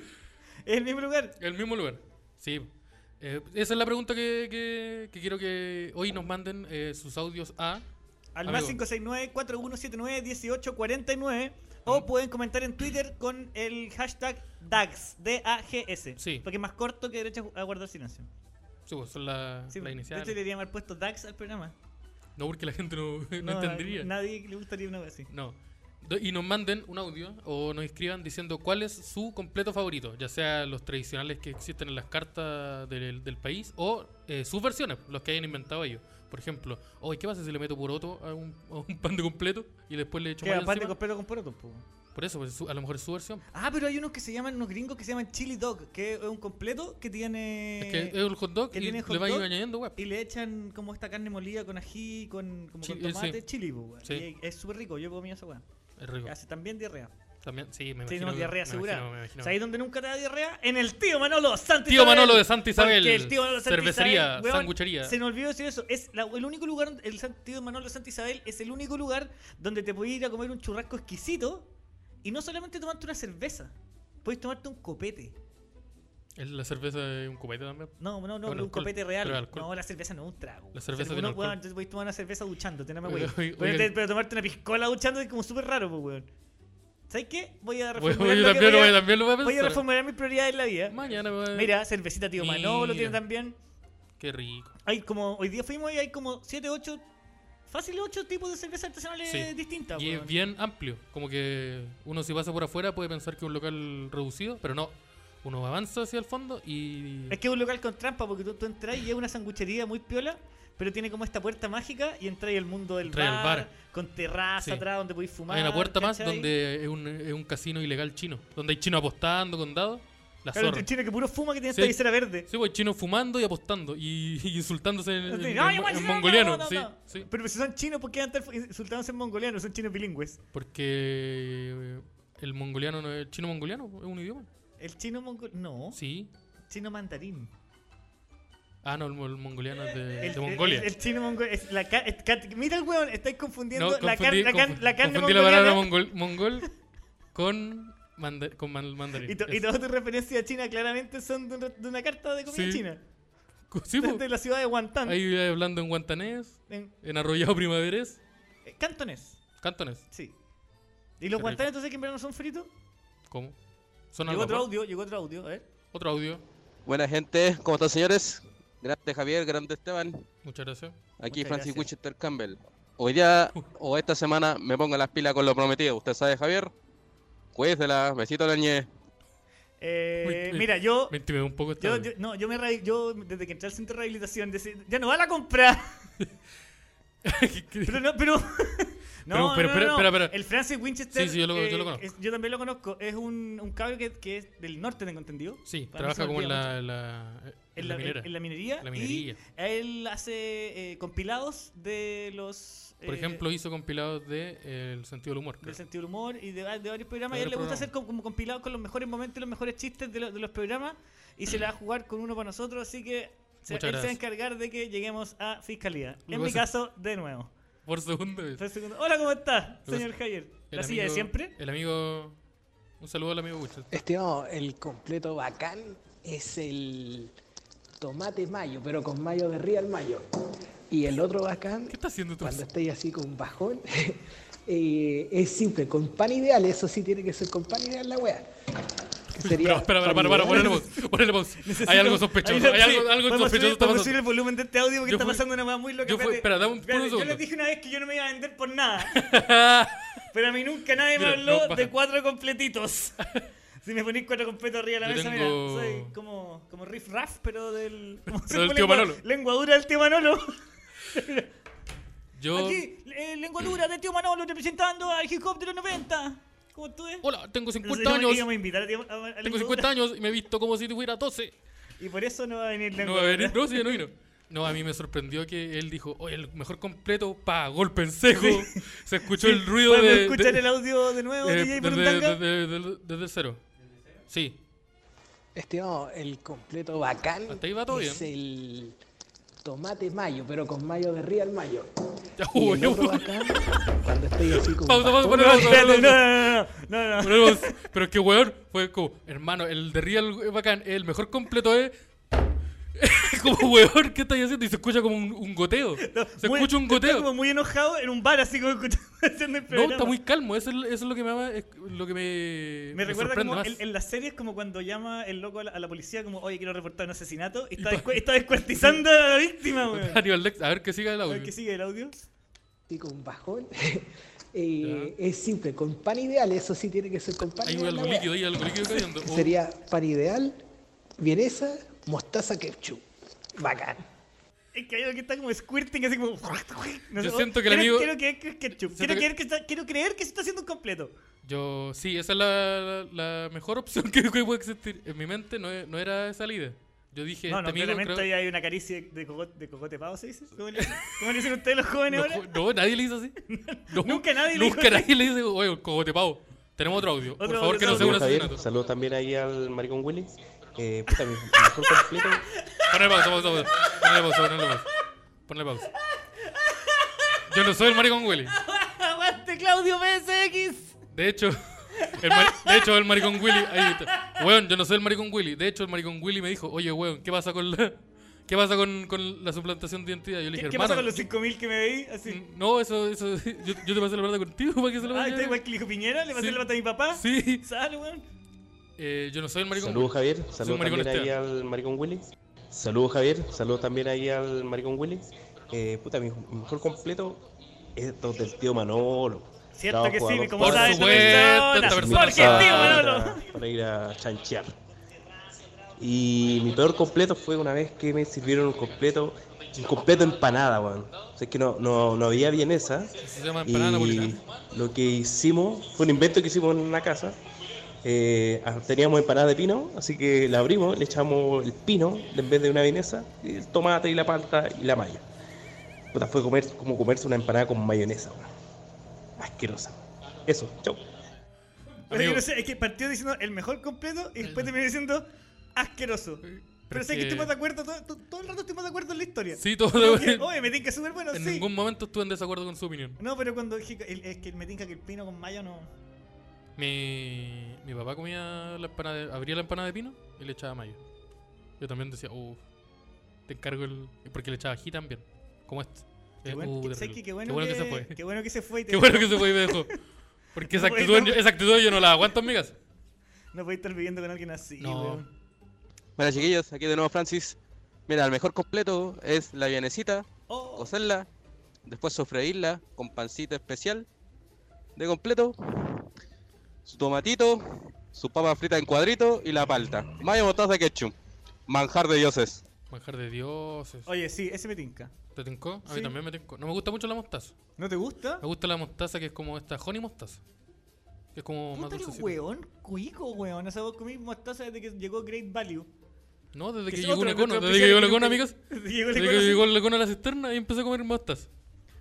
Speaker 2: En el mismo lugar.
Speaker 3: En el mismo lugar. Sí. Eh, esa es la pregunta que, que- que quiero que hoy nos manden eh, sus audios a...
Speaker 2: Al
Speaker 3: Amigo.
Speaker 2: más 569-4179-1849. O pueden comentar en Twitter con el hashtag DAGS. D-A-G-S.
Speaker 3: Sí.
Speaker 2: Porque es más corto que derecho a guardar silencio.
Speaker 3: Sí, pues, son la- las
Speaker 2: Sí,
Speaker 3: iniciales.
Speaker 2: De hecho, le haber puesto DAGS al programa.
Speaker 3: No, porque la gente no, no
Speaker 2: a
Speaker 3: entendería.
Speaker 2: Nadie le gustaría una vez así.
Speaker 3: No. Do- Y nos manden un audio o nos escriban diciendo cuál es su completo favorito, ya sea los tradicionales que existen en las cartas del, del país o eh, sus versiones, los que hayan inventado ellos. Por ejemplo, hoy ¿qué pasa si le meto poroto a un, a un pan de completo y después le echo
Speaker 2: Que
Speaker 3: mayo
Speaker 2: aparte
Speaker 3: encima?
Speaker 2: completo con porotos, po.
Speaker 3: Por eso, pues, su- a lo mejor es su versión.
Speaker 2: Ah, pero hay unos que se llaman, unos gringos que se llaman chili dog, que es un completo que tiene...
Speaker 3: es que es el hot dog
Speaker 2: Eh, que
Speaker 3: y
Speaker 2: tiene
Speaker 3: le
Speaker 2: hot
Speaker 3: va
Speaker 2: dog
Speaker 3: añadiendo web.
Speaker 2: Y le echan como esta carne molida con ají, con, como
Speaker 3: Chi-
Speaker 2: con
Speaker 3: eh, sí.
Speaker 2: tomate, chili, po, weón.
Speaker 3: Sí.
Speaker 2: Y es súper rico, yo he comido esa weá.
Speaker 3: Es rico.
Speaker 2: Hace también diarrea.
Speaker 3: También, sí, me imagino.
Speaker 2: Sí, no,
Speaker 3: que-
Speaker 2: diarrea
Speaker 3: me
Speaker 2: segura.
Speaker 3: imagino, me imagino.
Speaker 2: ¿Sabéis dónde nunca te da diarrea? En el tío Manolo Santa
Speaker 3: Tío
Speaker 2: Isabel.
Speaker 3: Manolo de Santa Isabel.
Speaker 2: Porque el tío Manolo de Santa
Speaker 3: Cervecería,
Speaker 2: Isabel, weón,
Speaker 3: sanguchería.
Speaker 2: Se me olvidó decir eso. Es la- el único lugar, donde- el San- tío Manolo de Santa Isabel es el único lugar donde te podéis ir a comer un churrasco exquisito y no solamente tomarte una cerveza, podéis tomarte un copete.
Speaker 3: ¿Es la cerveza de un copete también?
Speaker 2: No, no, no,
Speaker 3: Con
Speaker 2: un
Speaker 3: alcohol,
Speaker 2: copete
Speaker 3: pero
Speaker 2: real.
Speaker 3: alcohol.
Speaker 2: No, la cerveza no es un trago.
Speaker 3: La cerveza tiene
Speaker 2: no,
Speaker 3: alcohol.
Speaker 2: weón, te podéis tomar una cerveza duchándote, no me
Speaker 3: Oiga,
Speaker 2: weón.
Speaker 3: oiga,
Speaker 2: Pero,
Speaker 3: oiga.
Speaker 2: te- pero tomarte una piscola duchándote es como súper raro, pues, weón. ¿Sabes qué? Voy a
Speaker 3: Bueno,
Speaker 2: reformular.
Speaker 3: yo
Speaker 2: lo que
Speaker 3: también,
Speaker 2: voy a-
Speaker 3: lo- también lo voy a
Speaker 2: Voy a
Speaker 3: pensar.
Speaker 2: reformular mis prioridades en la vida.
Speaker 3: Mañana, voy a-
Speaker 2: Mira, cervecita tío Manolo
Speaker 3: Mira.
Speaker 2: tiene también.
Speaker 3: Qué rico.
Speaker 2: Hay como, hoy día fuimos y hay como 7, 8 Fácil ocho tipos de cervezas artesanales
Speaker 3: Sí.
Speaker 2: distintas.
Speaker 3: Y es
Speaker 2: weón.
Speaker 3: bien amplio. Como que uno si pasa por afuera puede pensar que es un local reducido, pero no. Uno avanza hacia el fondo y...
Speaker 2: Es que es un local con trampa porque tú, tú entras y es una sanguchería muy piola, pero tiene como esta puerta mágica y entras al mundo del
Speaker 3: Entras
Speaker 2: bar,
Speaker 3: al bar.
Speaker 2: con terraza
Speaker 3: Sí.
Speaker 2: atrás donde podéis fumar.
Speaker 3: hay una puerta más
Speaker 2: ¿cachai?
Speaker 3: donde es un, es un casino ilegal chino. Donde hay chino apostando con dados. La
Speaker 2: Claro,
Speaker 3: zorra.
Speaker 2: un chino que puro fuma que tiene
Speaker 3: Sí.
Speaker 2: esta visera verde.
Speaker 3: Sí, pues chino fumando y apostando y, y insultándose en, en-
Speaker 2: Así,
Speaker 3: en-
Speaker 2: "Ay,
Speaker 3: en
Speaker 2: guay, no, no,
Speaker 3: mongoliano.
Speaker 2: no, no,
Speaker 3: sí,
Speaker 2: no".
Speaker 3: sí.
Speaker 2: Pero si son chinos, ¿por qué van a estar insultándose en mongoliano? Son chinos bilingües.
Speaker 3: Porque eh, el mongoliano no es chino mongoliano, es un idioma.
Speaker 2: El chino mongol. No,
Speaker 3: Sí.
Speaker 2: chino mandarín.
Speaker 3: Ah, no, el, mo- el mongoliano es de, de
Speaker 2: El,
Speaker 3: Mongolia.
Speaker 2: Eh, el- el chino mongol. Es la ca- es cat- Mira el weón, estáis confundiendo
Speaker 3: no,
Speaker 2: la, car-
Speaker 3: confundí,
Speaker 2: la, can-
Speaker 3: confu-
Speaker 2: la carne
Speaker 3: confundí la palabra
Speaker 2: mongoliana
Speaker 3: mongol, mongol con, manda- con man- mandarín.
Speaker 2: Y, to- y
Speaker 3: Eso.
Speaker 2: todas tus referencias a China claramente son de, un re- de una carta de comida
Speaker 3: Sí.
Speaker 2: china.
Speaker 3: Sí, po.
Speaker 2: de la ciudad de Guantán.
Speaker 3: ahí eh, hablando en guantanés,
Speaker 2: En
Speaker 3: en arrollado primaverés,
Speaker 2: eh, cantonés,
Speaker 3: cantonés.
Speaker 2: sí. ¿Y los
Speaker 3: Qué
Speaker 2: guantanes
Speaker 3: rico.
Speaker 2: entonces que en verano son fritos?
Speaker 3: ¿Cómo? Son al
Speaker 2: Llegó otro
Speaker 3: vapor.
Speaker 2: audio, llegó otro audio, a ver.
Speaker 3: Otro audio.
Speaker 5: Buena gente, ¿cómo están señores? Grande Javier, grande Esteban,
Speaker 3: Muchas gracias.
Speaker 5: aquí
Speaker 2: Muchas
Speaker 5: Francis
Speaker 2: gracias.
Speaker 5: Winchester Campbell. Hoy día o esta semana me pongo las pilas con lo prometido, usted sabe Javier. Cuídesela, besito a la ñe.
Speaker 2: Eh,
Speaker 3: Uy,
Speaker 2: mira, yo,
Speaker 3: Me intimidó un poco esta
Speaker 2: yo,
Speaker 3: vez.
Speaker 2: yo- no, yo me ra- yo desde que entré al centro de rehabilitación decía, ya no va a la compra.
Speaker 3: ¿Qué- qué-
Speaker 2: Pero no, pero. No,
Speaker 3: Pero- pero-
Speaker 2: no,
Speaker 3: pero-
Speaker 2: no,
Speaker 3: espera, espera.
Speaker 2: El Francis Winchester. eh,
Speaker 3: Sí, sí, yo lo- yo lo conozco.
Speaker 2: es- yo también lo conozco. Es un, un cabro que, que es del norte, tengo entendido.
Speaker 3: Sí,
Speaker 2: Para mí se
Speaker 3: trabaja
Speaker 2: me
Speaker 3: como en
Speaker 2: olvida
Speaker 3: la, la- en
Speaker 2: En
Speaker 3: la
Speaker 2: la,
Speaker 3: minera.
Speaker 2: en la minería.
Speaker 3: La minería.
Speaker 2: Y él hace eh, compilados de los.
Speaker 3: Por
Speaker 2: eh,
Speaker 3: ejemplo, hizo compilados de eh, El sentido del humor. creo.
Speaker 2: Del sentido del humor y de, de varios programas. y a él
Speaker 3: varios
Speaker 2: le gusta
Speaker 3: programas.
Speaker 2: hacer como, como compilados con los mejores momentos y los mejores chistes de, lo- de los programas. Y se la va a jugar con uno para nosotros. Así que se- él
Speaker 3: Muchas
Speaker 2: se va a
Speaker 3: gracias.
Speaker 2: encargar de que lleguemos a fiscalía.
Speaker 3: Lo
Speaker 2: en
Speaker 3: que
Speaker 2: mi
Speaker 3: pasa-
Speaker 2: caso, de nuevo.
Speaker 3: Por segunda vez.
Speaker 2: Entonces, segundo, Hola, ¿cómo estás,
Speaker 3: que
Speaker 2: señor
Speaker 3: pasa-
Speaker 2: Javier?
Speaker 3: El
Speaker 2: ¿La silla de
Speaker 3: amigo-
Speaker 2: siempre?
Speaker 3: El amigo. Un saludo al amigo Wichel.
Speaker 6: Estimado, el completo bacán es el tomate mayo, pero con mayo de real mayo. Y el otro bacán,
Speaker 3: ¿Qué está haciendo tú?
Speaker 6: cuando estéis así con bajón, eh, es simple, con pan ideal, eso sí tiene que ser con pan ideal la wea. Que
Speaker 3: Pero, espera, para, para, para, ponle pausa. Ponle pausa. Hay algo sospechoso. Hay algo, algo sospechoso. está
Speaker 2: Vamos a subir
Speaker 3: pasando.
Speaker 2: el volumen de este audio porque
Speaker 3: Yo
Speaker 2: está
Speaker 3: fui-
Speaker 2: pasando una weá muy loca.
Speaker 3: yo fui-
Speaker 2: espérate.
Speaker 3: espera, dame un-
Speaker 2: Espérate,
Speaker 3: un
Speaker 2: Yo les
Speaker 3: segundo.
Speaker 2: dije una vez que yo no me iba a vender por nada. pero a mí nunca nadie me
Speaker 3: Mira,
Speaker 2: habló
Speaker 3: no, baja.
Speaker 2: de cuatro completitos. si me ponís cuatro completos arriba de la
Speaker 3: Yo
Speaker 2: mesa,
Speaker 3: tengo-
Speaker 2: mira, soy como, como Riff Raff, pero del.
Speaker 3: Pero
Speaker 2: como
Speaker 3: del
Speaker 2: siempre
Speaker 3: tío
Speaker 2: lengua-
Speaker 3: Manolo.
Speaker 2: Lengua dura del tío Manolo.
Speaker 3: Yo.
Speaker 2: Aquí, eh, lengua dura del tío Manolo representando al hip hop de los 90. ¿Cómo tú ves?
Speaker 3: Hola, tengo
Speaker 2: No sé,
Speaker 3: 50
Speaker 2: íbamos-
Speaker 3: años.
Speaker 2: íbamos a invitar a tío- a- a
Speaker 3: Tengo
Speaker 2: lengua
Speaker 3: 50
Speaker 2: dura.
Speaker 3: años y me he visto como si tuviera 12.
Speaker 2: Y por eso no va a venir
Speaker 3: No
Speaker 2: lengua
Speaker 3: va a venir,
Speaker 2: dura.
Speaker 3: no, sí, no vino. No, a mí me sorprendió que él dijo, oye, el mejor completo, pa, golpe en seco. Se escuchó el ruido
Speaker 2: ¿Podemos
Speaker 3: de.
Speaker 2: escuchar
Speaker 3: de-
Speaker 2: el audio de nuevo,
Speaker 3: eh,
Speaker 2: DJ
Speaker 3: desde-
Speaker 2: Burundanga?
Speaker 3: desde- desde- desde cero. Sí,
Speaker 6: Estimado, el completo bacán
Speaker 3: Hasta ahí va todo
Speaker 6: es
Speaker 3: bien.
Speaker 6: el tomate mayo, pero con mayo de real mayo.
Speaker 3: Ya,
Speaker 6: Y
Speaker 3: uy,
Speaker 6: el otro
Speaker 3: uy.
Speaker 6: bacán, cuando estéis así con
Speaker 3: Pausa, pausa,
Speaker 6: bajón,
Speaker 3: pausa, pausa,
Speaker 2: Espérate,
Speaker 3: pausa.
Speaker 2: no, no, no, no, no, no.
Speaker 3: Pero, hemos- pero qué weón, fue como, hermano, el de Real es bacán, el mejor completo es. como weón, ¿qué estáis haciendo? Y se escucha como un, un goteo. Se
Speaker 2: Muy-
Speaker 3: escucha un
Speaker 2: está como
Speaker 3: goteo.
Speaker 2: muy enojado en un bar, así como escuchando haciendo el
Speaker 3: No,
Speaker 2: programa.
Speaker 3: está muy calmo, eso es, eso es lo que me ama- es lo que me,
Speaker 2: Me recuerda
Speaker 3: sorprende
Speaker 2: como
Speaker 3: más.
Speaker 2: en, en las series como cuando llama el loco a la, a la policía como, oye, quiero reportar un asesinato y
Speaker 3: Y
Speaker 2: está,
Speaker 3: pa-
Speaker 2: descu- está descuartizando a la víctima, weón.
Speaker 3: Aníbal Lex, a ver que siga el
Speaker 2: A
Speaker 3: audio.
Speaker 2: ver, ¿Qué sigue el audio?
Speaker 6: así con bajón, eh, es simple, con pan ideal, eso sí tiene que ser con pan
Speaker 3: Hay
Speaker 6: ideal.
Speaker 3: algo
Speaker 6: la wea.
Speaker 3: líquido, hay algo líquido cayendo. Oh,
Speaker 6: Sería pan ideal, vienesa, mostaza, ketchup. Bacán.
Speaker 2: Es que hay algo que está como squirting, así como... No
Speaker 3: Yo
Speaker 2: sé,
Speaker 3: siento que el
Speaker 2: quiero-
Speaker 3: amigo-
Speaker 2: Quiero creer que es ketchup. Quiero
Speaker 3: Siento que-
Speaker 2: creer que está- quiero creer que se está haciendo un completo.
Speaker 3: Yo, sí, esa es la, la- la mejor opción que que puede existir. En mi mente no, e- no era esa la idea. Yo dije,
Speaker 2: No, no,
Speaker 3: este amigo
Speaker 2: claramente
Speaker 3: creo-
Speaker 2: ahí hay una caricia de, de cogote, de cogote pavo, ¿se dice? ¿Cómo le, cómo le dicen ustedes los jóvenes
Speaker 3: No,
Speaker 2: ahora?
Speaker 3: ju- no, nadie le hizo así. No,
Speaker 2: Nunca nadie le
Speaker 3: nunca
Speaker 2: dijo
Speaker 3: nadie le dice, oye, cogote pavo. Tenemos otro audio. Por
Speaker 2: Otro
Speaker 3: favor,
Speaker 2: audio,
Speaker 3: que no sea
Speaker 2: otro
Speaker 3: un
Speaker 2: audio.
Speaker 3: asesinato.
Speaker 7: Saludos también ahí al maricón Willy. Eh, puta, mi mejor completo.
Speaker 3: Ponle pausa, pausa, pausa. Ponle pausa, ponle pausa. Ponle pausa. Yo no soy el maricón Willy.
Speaker 2: ¡Aguante, Claudio PSX!
Speaker 3: De hecho, el mar- de hecho, el maricón Willy. Ahí está. Weón, yo no soy el maricón Willy. De hecho, el maricón Willy me dijo, oye, weón, ¿qué pasa con la, qué pasa con, con la suplantación de identidad? Yo le
Speaker 2: ¿Qué,
Speaker 3: dije,
Speaker 2: qué
Speaker 3: hermano.
Speaker 2: pasa con los 5000 que me veí? Así.
Speaker 3: mm, No, eso, eso. Yo, yo te pasé la verdad contigo para que se lo
Speaker 2: Ah, ¿está
Speaker 3: vaya-
Speaker 2: igual que le dijo Piñera? ¿Le pasé
Speaker 3: Sí.
Speaker 2: la pata a mi papá?
Speaker 3: Sí.
Speaker 2: ¿Sale, weón?
Speaker 3: Eh, yo no soy el maricón
Speaker 7: Saludos
Speaker 3: Willy.
Speaker 7: Javier. Saludos
Speaker 3: maricón
Speaker 7: también ahí
Speaker 3: Esteban.
Speaker 7: al maricón Willy. Saludos Javier. Saludos también ahí al maricón Willy. Eh, puta, mi mejor completo. Esto es del tío Manolo.
Speaker 2: Cierto que sí, como
Speaker 3: Por
Speaker 2: sabes,
Speaker 3: supuesto, esta persona
Speaker 2: Porque el tío
Speaker 3: sabe.
Speaker 2: Manolo.
Speaker 7: Para ir a chanchear. Y mi peor completo fue una vez que me sirvieron un completo, un completo empanada, weón. O sea, es que no, no, no había vienesa.
Speaker 3: Se llama
Speaker 7: Y
Speaker 3: empanada napolitana.
Speaker 7: lo que hicimos fue un invento que hicimos en una casa. Eh, ah, teníamos empanada de pino, así que la abrimos, le echamos el pino en vez de una vienesa, y el tomate y la palta y la malla. Puta, fue comer, como comerse una empanada con mayonesa. weón. Asquerosa. Eso, chau.
Speaker 2: Pero yo
Speaker 3: Amigo.
Speaker 2: no sé, es que partió diciendo el mejor completo y después terminó diciendo asqueroso. Pero sé que estuvimos de acuerdo, todo, todo- todo el rato estuvimos de acuerdo en la historia.
Speaker 3: Sí, todo
Speaker 2: Como
Speaker 3: de-
Speaker 2: que, Oye, me tinca súper bueno,
Speaker 3: En
Speaker 2: sí.
Speaker 3: ningún momento estuve en desacuerdo con su opinión.
Speaker 2: No, pero cuando dije, que el- es que me tinca que el pino con mayo no...
Speaker 3: Mi, mi papá comía la empanada de- abría la empanada de pino y le echaba mayo. Yo también decía, uh, te encargo el. Porque le echaba ají también, como este.
Speaker 2: Qué
Speaker 3: Eh,
Speaker 2: bueno,
Speaker 3: uh,
Speaker 2: que- ¿sabes
Speaker 3: terrible.
Speaker 2: qué? Qué bueno,
Speaker 3: que,
Speaker 2: que,
Speaker 3: se fue.
Speaker 2: Qué bueno que se fue y te
Speaker 3: Qué bueno que se fue y me dejó. Porque esa
Speaker 2: No podéis
Speaker 3: actitud,
Speaker 2: estar-
Speaker 3: esa actitud yo no la aguanto, amigas.
Speaker 2: No podéis estar viviendo con alguien así,
Speaker 3: No.
Speaker 2: weón.
Speaker 5: Bueno, chiquillos, aquí de nuevo Francis. Mira, el mejor completo es la vienesita,
Speaker 2: Oh,
Speaker 5: cocerla, después sofreírla con pancita especial de completo, su tomatito, su papa frita en cuadrito y la palta. Mayo mostaza ketchup. Manjar de dioses.
Speaker 3: Manjar de dioses.
Speaker 2: oye, sí, ese me tinca.
Speaker 3: ¿Te tincó? A mí
Speaker 2: Sí.
Speaker 3: también me tincó. No me gusta mucho la mostaza.
Speaker 2: ¿No te gusta?
Speaker 3: Me gusta la mostaza que es como esta honey mostaza. Que es como más
Speaker 2: Puta el
Speaker 3: dulcecita.
Speaker 2: weón, cuico, weón. Esa vos comí mostaza desde que llegó Great Value.
Speaker 3: No, desde que,
Speaker 2: es
Speaker 3: llegó
Speaker 2: otro
Speaker 3: una
Speaker 2: de
Speaker 3: cona,
Speaker 2: nuestros
Speaker 3: desde que llegó una
Speaker 2: oficiales
Speaker 3: cona,
Speaker 2: que-
Speaker 3: amigas.
Speaker 2: Llegó
Speaker 3: Desde
Speaker 2: la
Speaker 3: que
Speaker 2: cona.
Speaker 3: llegó la cona a la cisterna y empecé a comer mostas.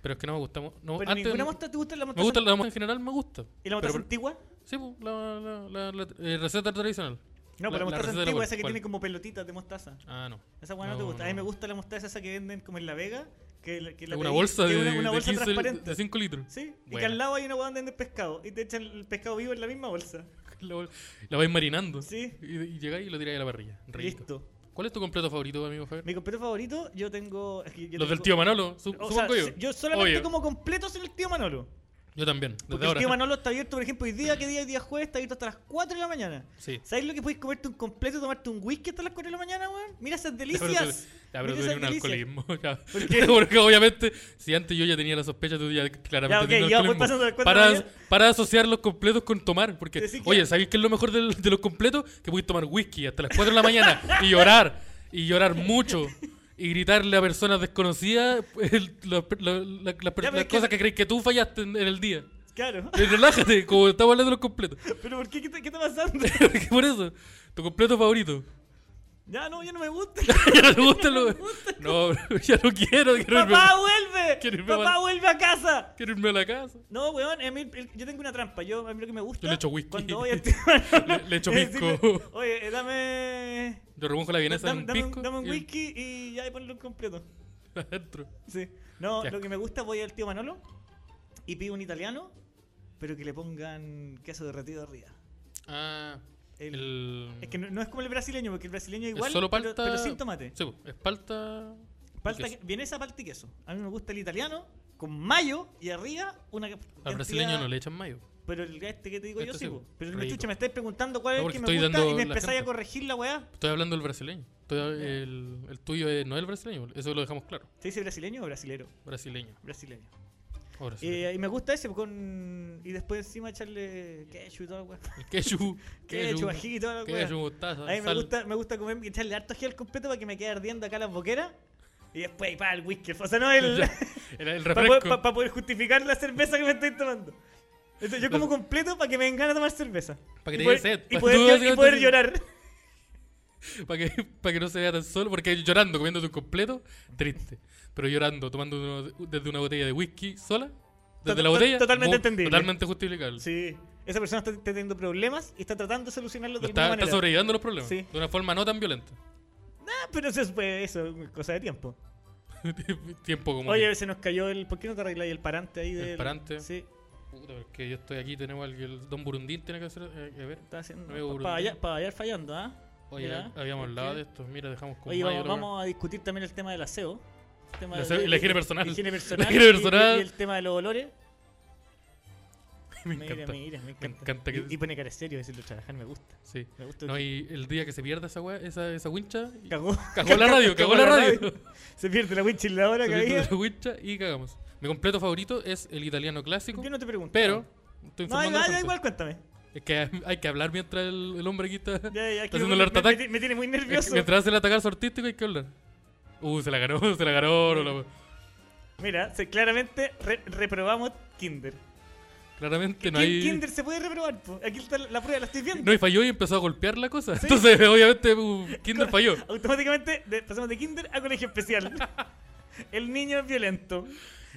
Speaker 3: Pero es que no me gusta. mo- No,
Speaker 2: Pero
Speaker 3: antes
Speaker 2: ninguna
Speaker 3: me-
Speaker 2: mostaza te gusta la mostaza.
Speaker 3: me gusta la mostaza en general, me gusta.
Speaker 2: ¿Y la mostaza
Speaker 3: Pero-
Speaker 2: antigua?
Speaker 3: Sí, po, la, la, la- la- eh, receta tradicional.
Speaker 2: No, pero la, mostaza
Speaker 3: receta de
Speaker 2: antigua,
Speaker 3: cual-
Speaker 2: esa que
Speaker 3: cual.
Speaker 2: tiene como pelotitas de mostaza.
Speaker 3: Ah, no.
Speaker 2: Esa weá no, te
Speaker 3: No,
Speaker 2: gusta. A mí
Speaker 3: no.
Speaker 2: me gusta la mostaza esa que venden como en La Vega. Que, la- que la
Speaker 3: una
Speaker 2: pedí-
Speaker 3: bolsa
Speaker 2: que
Speaker 3: de,
Speaker 2: una, una
Speaker 3: de
Speaker 2: bolsa
Speaker 3: 15 li-
Speaker 2: transparente.
Speaker 3: de 5 litros.
Speaker 2: Sí, y que
Speaker 3: Buena.
Speaker 2: al lado hay una weá donde venden pescado. Y te echan el pescado vivo en la misma bolsa.
Speaker 3: La, bol- la vais marinando.
Speaker 2: Sí.
Speaker 3: Y, y llegáis y lo tiráis a la parrilla. Rico.
Speaker 2: Listo.
Speaker 3: ¿Cuál es tu completo favorito, amigo Javier?
Speaker 2: Mi completo favorito, yo tengo. es que yo
Speaker 3: Los del
Speaker 2: tengo-
Speaker 3: tío Manolo, su-
Speaker 2: O sea,
Speaker 3: supongo yo.
Speaker 2: yo. solamente
Speaker 3: Obvio.
Speaker 2: como completos en el tío Manolo.
Speaker 3: Yo también, desde
Speaker 2: Porque el
Speaker 3: ahora.
Speaker 2: tío Manolo está abierto, por ejemplo, hoy día, que día es día jueves, está abierto hasta las 4 de la mañana.
Speaker 3: Sí.
Speaker 2: ¿Sabes lo que puedes comerte un completo, tomarte un whisky hasta las 4 de la mañana, weón? Mira esas
Speaker 3: Ya, pero tú- Ya,
Speaker 2: delicias. Mira
Speaker 3: pero tú
Speaker 2: esas
Speaker 3: eres un
Speaker 2: delicias.
Speaker 3: alcoholismo. ya.
Speaker 2: ¿Por qué?
Speaker 3: Porque obviamente, si antes yo ya tenía la sospecha, tú ya claramente
Speaker 2: Ya, ok,
Speaker 3: tenías
Speaker 2: ya,
Speaker 3: alcoholismo.
Speaker 2: voy pasando de cuatro de la
Speaker 3: para,
Speaker 2: mañana.
Speaker 3: para asociar los completos con tomar. Porque,
Speaker 2: Decís que-
Speaker 3: oye, ¿sabéis qué es lo mejor del- de, los completos? Que podéis tomar whisky hasta las 4 de la mañana y llorar. Y llorar mucho. Y gritarle a personas desconocidas pues, el- la- la- la- la-
Speaker 2: pero
Speaker 3: las
Speaker 2: es que-
Speaker 3: cosas que creéis que tú fallaste en, en el día.
Speaker 2: Claro.
Speaker 3: Eh, Relájate, como estamos hablando de los completos.
Speaker 2: Pero ¿por qué? ¿Qué, está- qué está pasando?
Speaker 3: Por eso, tu completo favorito.
Speaker 2: ya no, ya no me gusta.
Speaker 3: ya no te gusta lo- No, bro, ya no quiero, quiero irme,
Speaker 2: ¡Papá, vuelve!
Speaker 3: Quiero irme
Speaker 2: ¡Papá,
Speaker 3: mal.
Speaker 2: vuelve a casa!
Speaker 3: quiero irme a la casa.
Speaker 2: No, weón, a mí el- el- yo tengo una trampa. Yo, a mí lo que me gusta.
Speaker 3: Yo le echo whisky.
Speaker 2: Cuando voy al tío Manolo.
Speaker 3: Le- le echo
Speaker 2: es
Speaker 3: pisco.
Speaker 2: decirle, Oye, eh, dame.
Speaker 3: Yo remojo la vienesa
Speaker 2: Dame,
Speaker 3: en un
Speaker 2: dame
Speaker 3: pisco.
Speaker 2: un, dame un
Speaker 3: y-
Speaker 2: whisky y ya y ponlo en completo.
Speaker 3: Adentro.
Speaker 2: Sí. No,
Speaker 3: Qué asco.
Speaker 2: lo que me gusta, voy al tío Manolo y pido un italiano, pero que le pongan queso derretido arriba.
Speaker 3: Ah,
Speaker 2: El-
Speaker 3: el.
Speaker 2: Es que no, no es como el brasileño, porque el brasileño
Speaker 3: es
Speaker 2: igual,
Speaker 3: solo palta.
Speaker 2: pero, pero sin tomate.
Speaker 3: Sí, po, es palta.
Speaker 2: Palta,
Speaker 3: y queso.
Speaker 2: viene esa palta y queso. A mí me gusta el italiano con mayo y arriba una cantidad-
Speaker 3: Al brasileño no le echan mayo.
Speaker 2: Pero el este que te digo yo
Speaker 3: Este
Speaker 2: sí,
Speaker 3: sí,
Speaker 2: po. Pero
Speaker 3: rico.
Speaker 2: chucha, me estáis preguntando cuál
Speaker 3: No,
Speaker 2: es el
Speaker 3: porque
Speaker 2: que me
Speaker 3: estoy
Speaker 2: gusta
Speaker 3: dando
Speaker 2: y me
Speaker 3: la
Speaker 2: empezáis
Speaker 3: gente.
Speaker 2: a corregir la weá.
Speaker 3: Estoy hablando del brasileño. Estoy- el, el tuyo es- no es el brasileño, eso lo dejamos claro.
Speaker 2: ¿Se dice brasileño o brasilero?
Speaker 3: Brasileño.
Speaker 2: Brasileño.
Speaker 3: o brasileño.
Speaker 2: Eh, y me gusta ese con. Y después encima echarle ketchup y toda la weá.
Speaker 3: el quechu.
Speaker 2: Ketchup, ají y toda la weá.
Speaker 3: Quechu, mostaza.
Speaker 2: A mí me
Speaker 3: sal.
Speaker 2: gusta, me gusta comer, echarle harto gel al completo para que me quede ardiendo acá las boqueras. Y después, y pa, el whisky. O sea, no, el.
Speaker 3: Ya, el, el
Speaker 2: para, poder,
Speaker 3: refresco.
Speaker 2: pa- pa poder justificar la cerveza que me estoy tomando. Entonces, yo como completo para que me den ganas de tomar cerveza.
Speaker 3: Pa' que te
Speaker 2: Y
Speaker 3: dé
Speaker 2: poder-
Speaker 3: sed,
Speaker 2: Y
Speaker 3: pa-
Speaker 2: poder,
Speaker 3: tú
Speaker 2: llor- y
Speaker 3: básicamente
Speaker 2: poder
Speaker 3: sí.
Speaker 2: llorar.
Speaker 3: Para que, pa' que no se vea tan solo, porque llorando, comiendo tu completo, triste. Pero llorando, tomando uno- desde una botella de whisky sola, desde
Speaker 2: To-
Speaker 3: la
Speaker 2: to-
Speaker 3: botella.
Speaker 2: totalmente
Speaker 3: mu-
Speaker 2: entendible.
Speaker 3: Totalmente justificable.
Speaker 2: Sí. Esa persona está está teniendo problemas y está tratando de solucionarlos
Speaker 3: Lo
Speaker 2: de
Speaker 3: está,
Speaker 2: alguna
Speaker 3: está
Speaker 2: manera.
Speaker 3: sobrellevando los problemas
Speaker 2: Sí.
Speaker 3: de una forma no tan violenta.
Speaker 2: Ah, pero eso es, pues, eso es cosa de tiempo.
Speaker 3: Tiempo como.
Speaker 2: Oye,
Speaker 3: que,
Speaker 2: se nos cayó el. ¿Por qué no te arregláis el parante ahí?
Speaker 3: El
Speaker 2: del-
Speaker 3: parante.
Speaker 2: Sí,
Speaker 3: puta, porque yo estoy aquí, tenemos al el don Burundín, tiene que hacer. eh, a ver.
Speaker 2: está haciendo.
Speaker 3: Amigo
Speaker 2: Para
Speaker 3: Bruno.
Speaker 2: allá, para allá fallando, ¿ah?
Speaker 3: Oye,
Speaker 2: Ya,
Speaker 3: habíamos
Speaker 2: ¿por
Speaker 3: hablado
Speaker 2: qué?
Speaker 3: de esto. Mira, dejamos con
Speaker 2: Oye,
Speaker 3: mayo,
Speaker 2: vamos,
Speaker 3: la weá.
Speaker 2: vamos a discutir también el tema del aseo. El tema
Speaker 3: El aseo y la higiene personal.
Speaker 2: la higiene
Speaker 3: La
Speaker 2: personal
Speaker 3: higiene
Speaker 2: y-
Speaker 3: personal.
Speaker 2: Y, el tema de los olores.
Speaker 3: me
Speaker 2: Mira,
Speaker 3: encanta.
Speaker 2: mira, me encanta.
Speaker 3: encanta que-
Speaker 2: Y, y pone cara serio, decirlo trabajar, me gusta.
Speaker 3: Sí.
Speaker 2: Me gusta.
Speaker 3: No, y el día que se pierda esa weá, esa, esa wincha, y-
Speaker 2: Cagó.
Speaker 3: Cagó la radio, cagó la radio.
Speaker 2: Se pierde la winch en la hora
Speaker 3: se
Speaker 2: que
Speaker 3: pierde
Speaker 2: había.
Speaker 3: la wincha y cagamos. Mi completo favorito es el italiano clásico,
Speaker 2: Yo no te pregunto.
Speaker 3: pero estoy
Speaker 2: No,
Speaker 3: informando.
Speaker 2: igual,
Speaker 3: la gente.
Speaker 2: igual, cuéntame.
Speaker 3: Es que hay- hay que hablar mientras el, el hombre aquí está,
Speaker 2: Ya, ya,
Speaker 3: está
Speaker 2: aquí
Speaker 3: haciendo el
Speaker 2: me,
Speaker 3: art
Speaker 2: me-
Speaker 3: attack.
Speaker 2: me- me tiene muy
Speaker 3: Es que
Speaker 2: nervioso.
Speaker 3: Mientras hace el atacar artístico hay que hablar. Uh, se la ganó, se la ganó. no la-
Speaker 2: Mira, se- claramente re- reprobamos Kinder.
Speaker 3: Claramente no
Speaker 2: Kin-
Speaker 3: hay.
Speaker 2: Kinder se puede reprobar. po. Aquí está la, la prueba, la estoy viendo.
Speaker 3: No, y falló y empezó a golpear la cosa. Entonces, obviamente, uh, Kinder falló.
Speaker 2: Automáticamente de- pasamos de kinder a colegio especial. El niño es violento.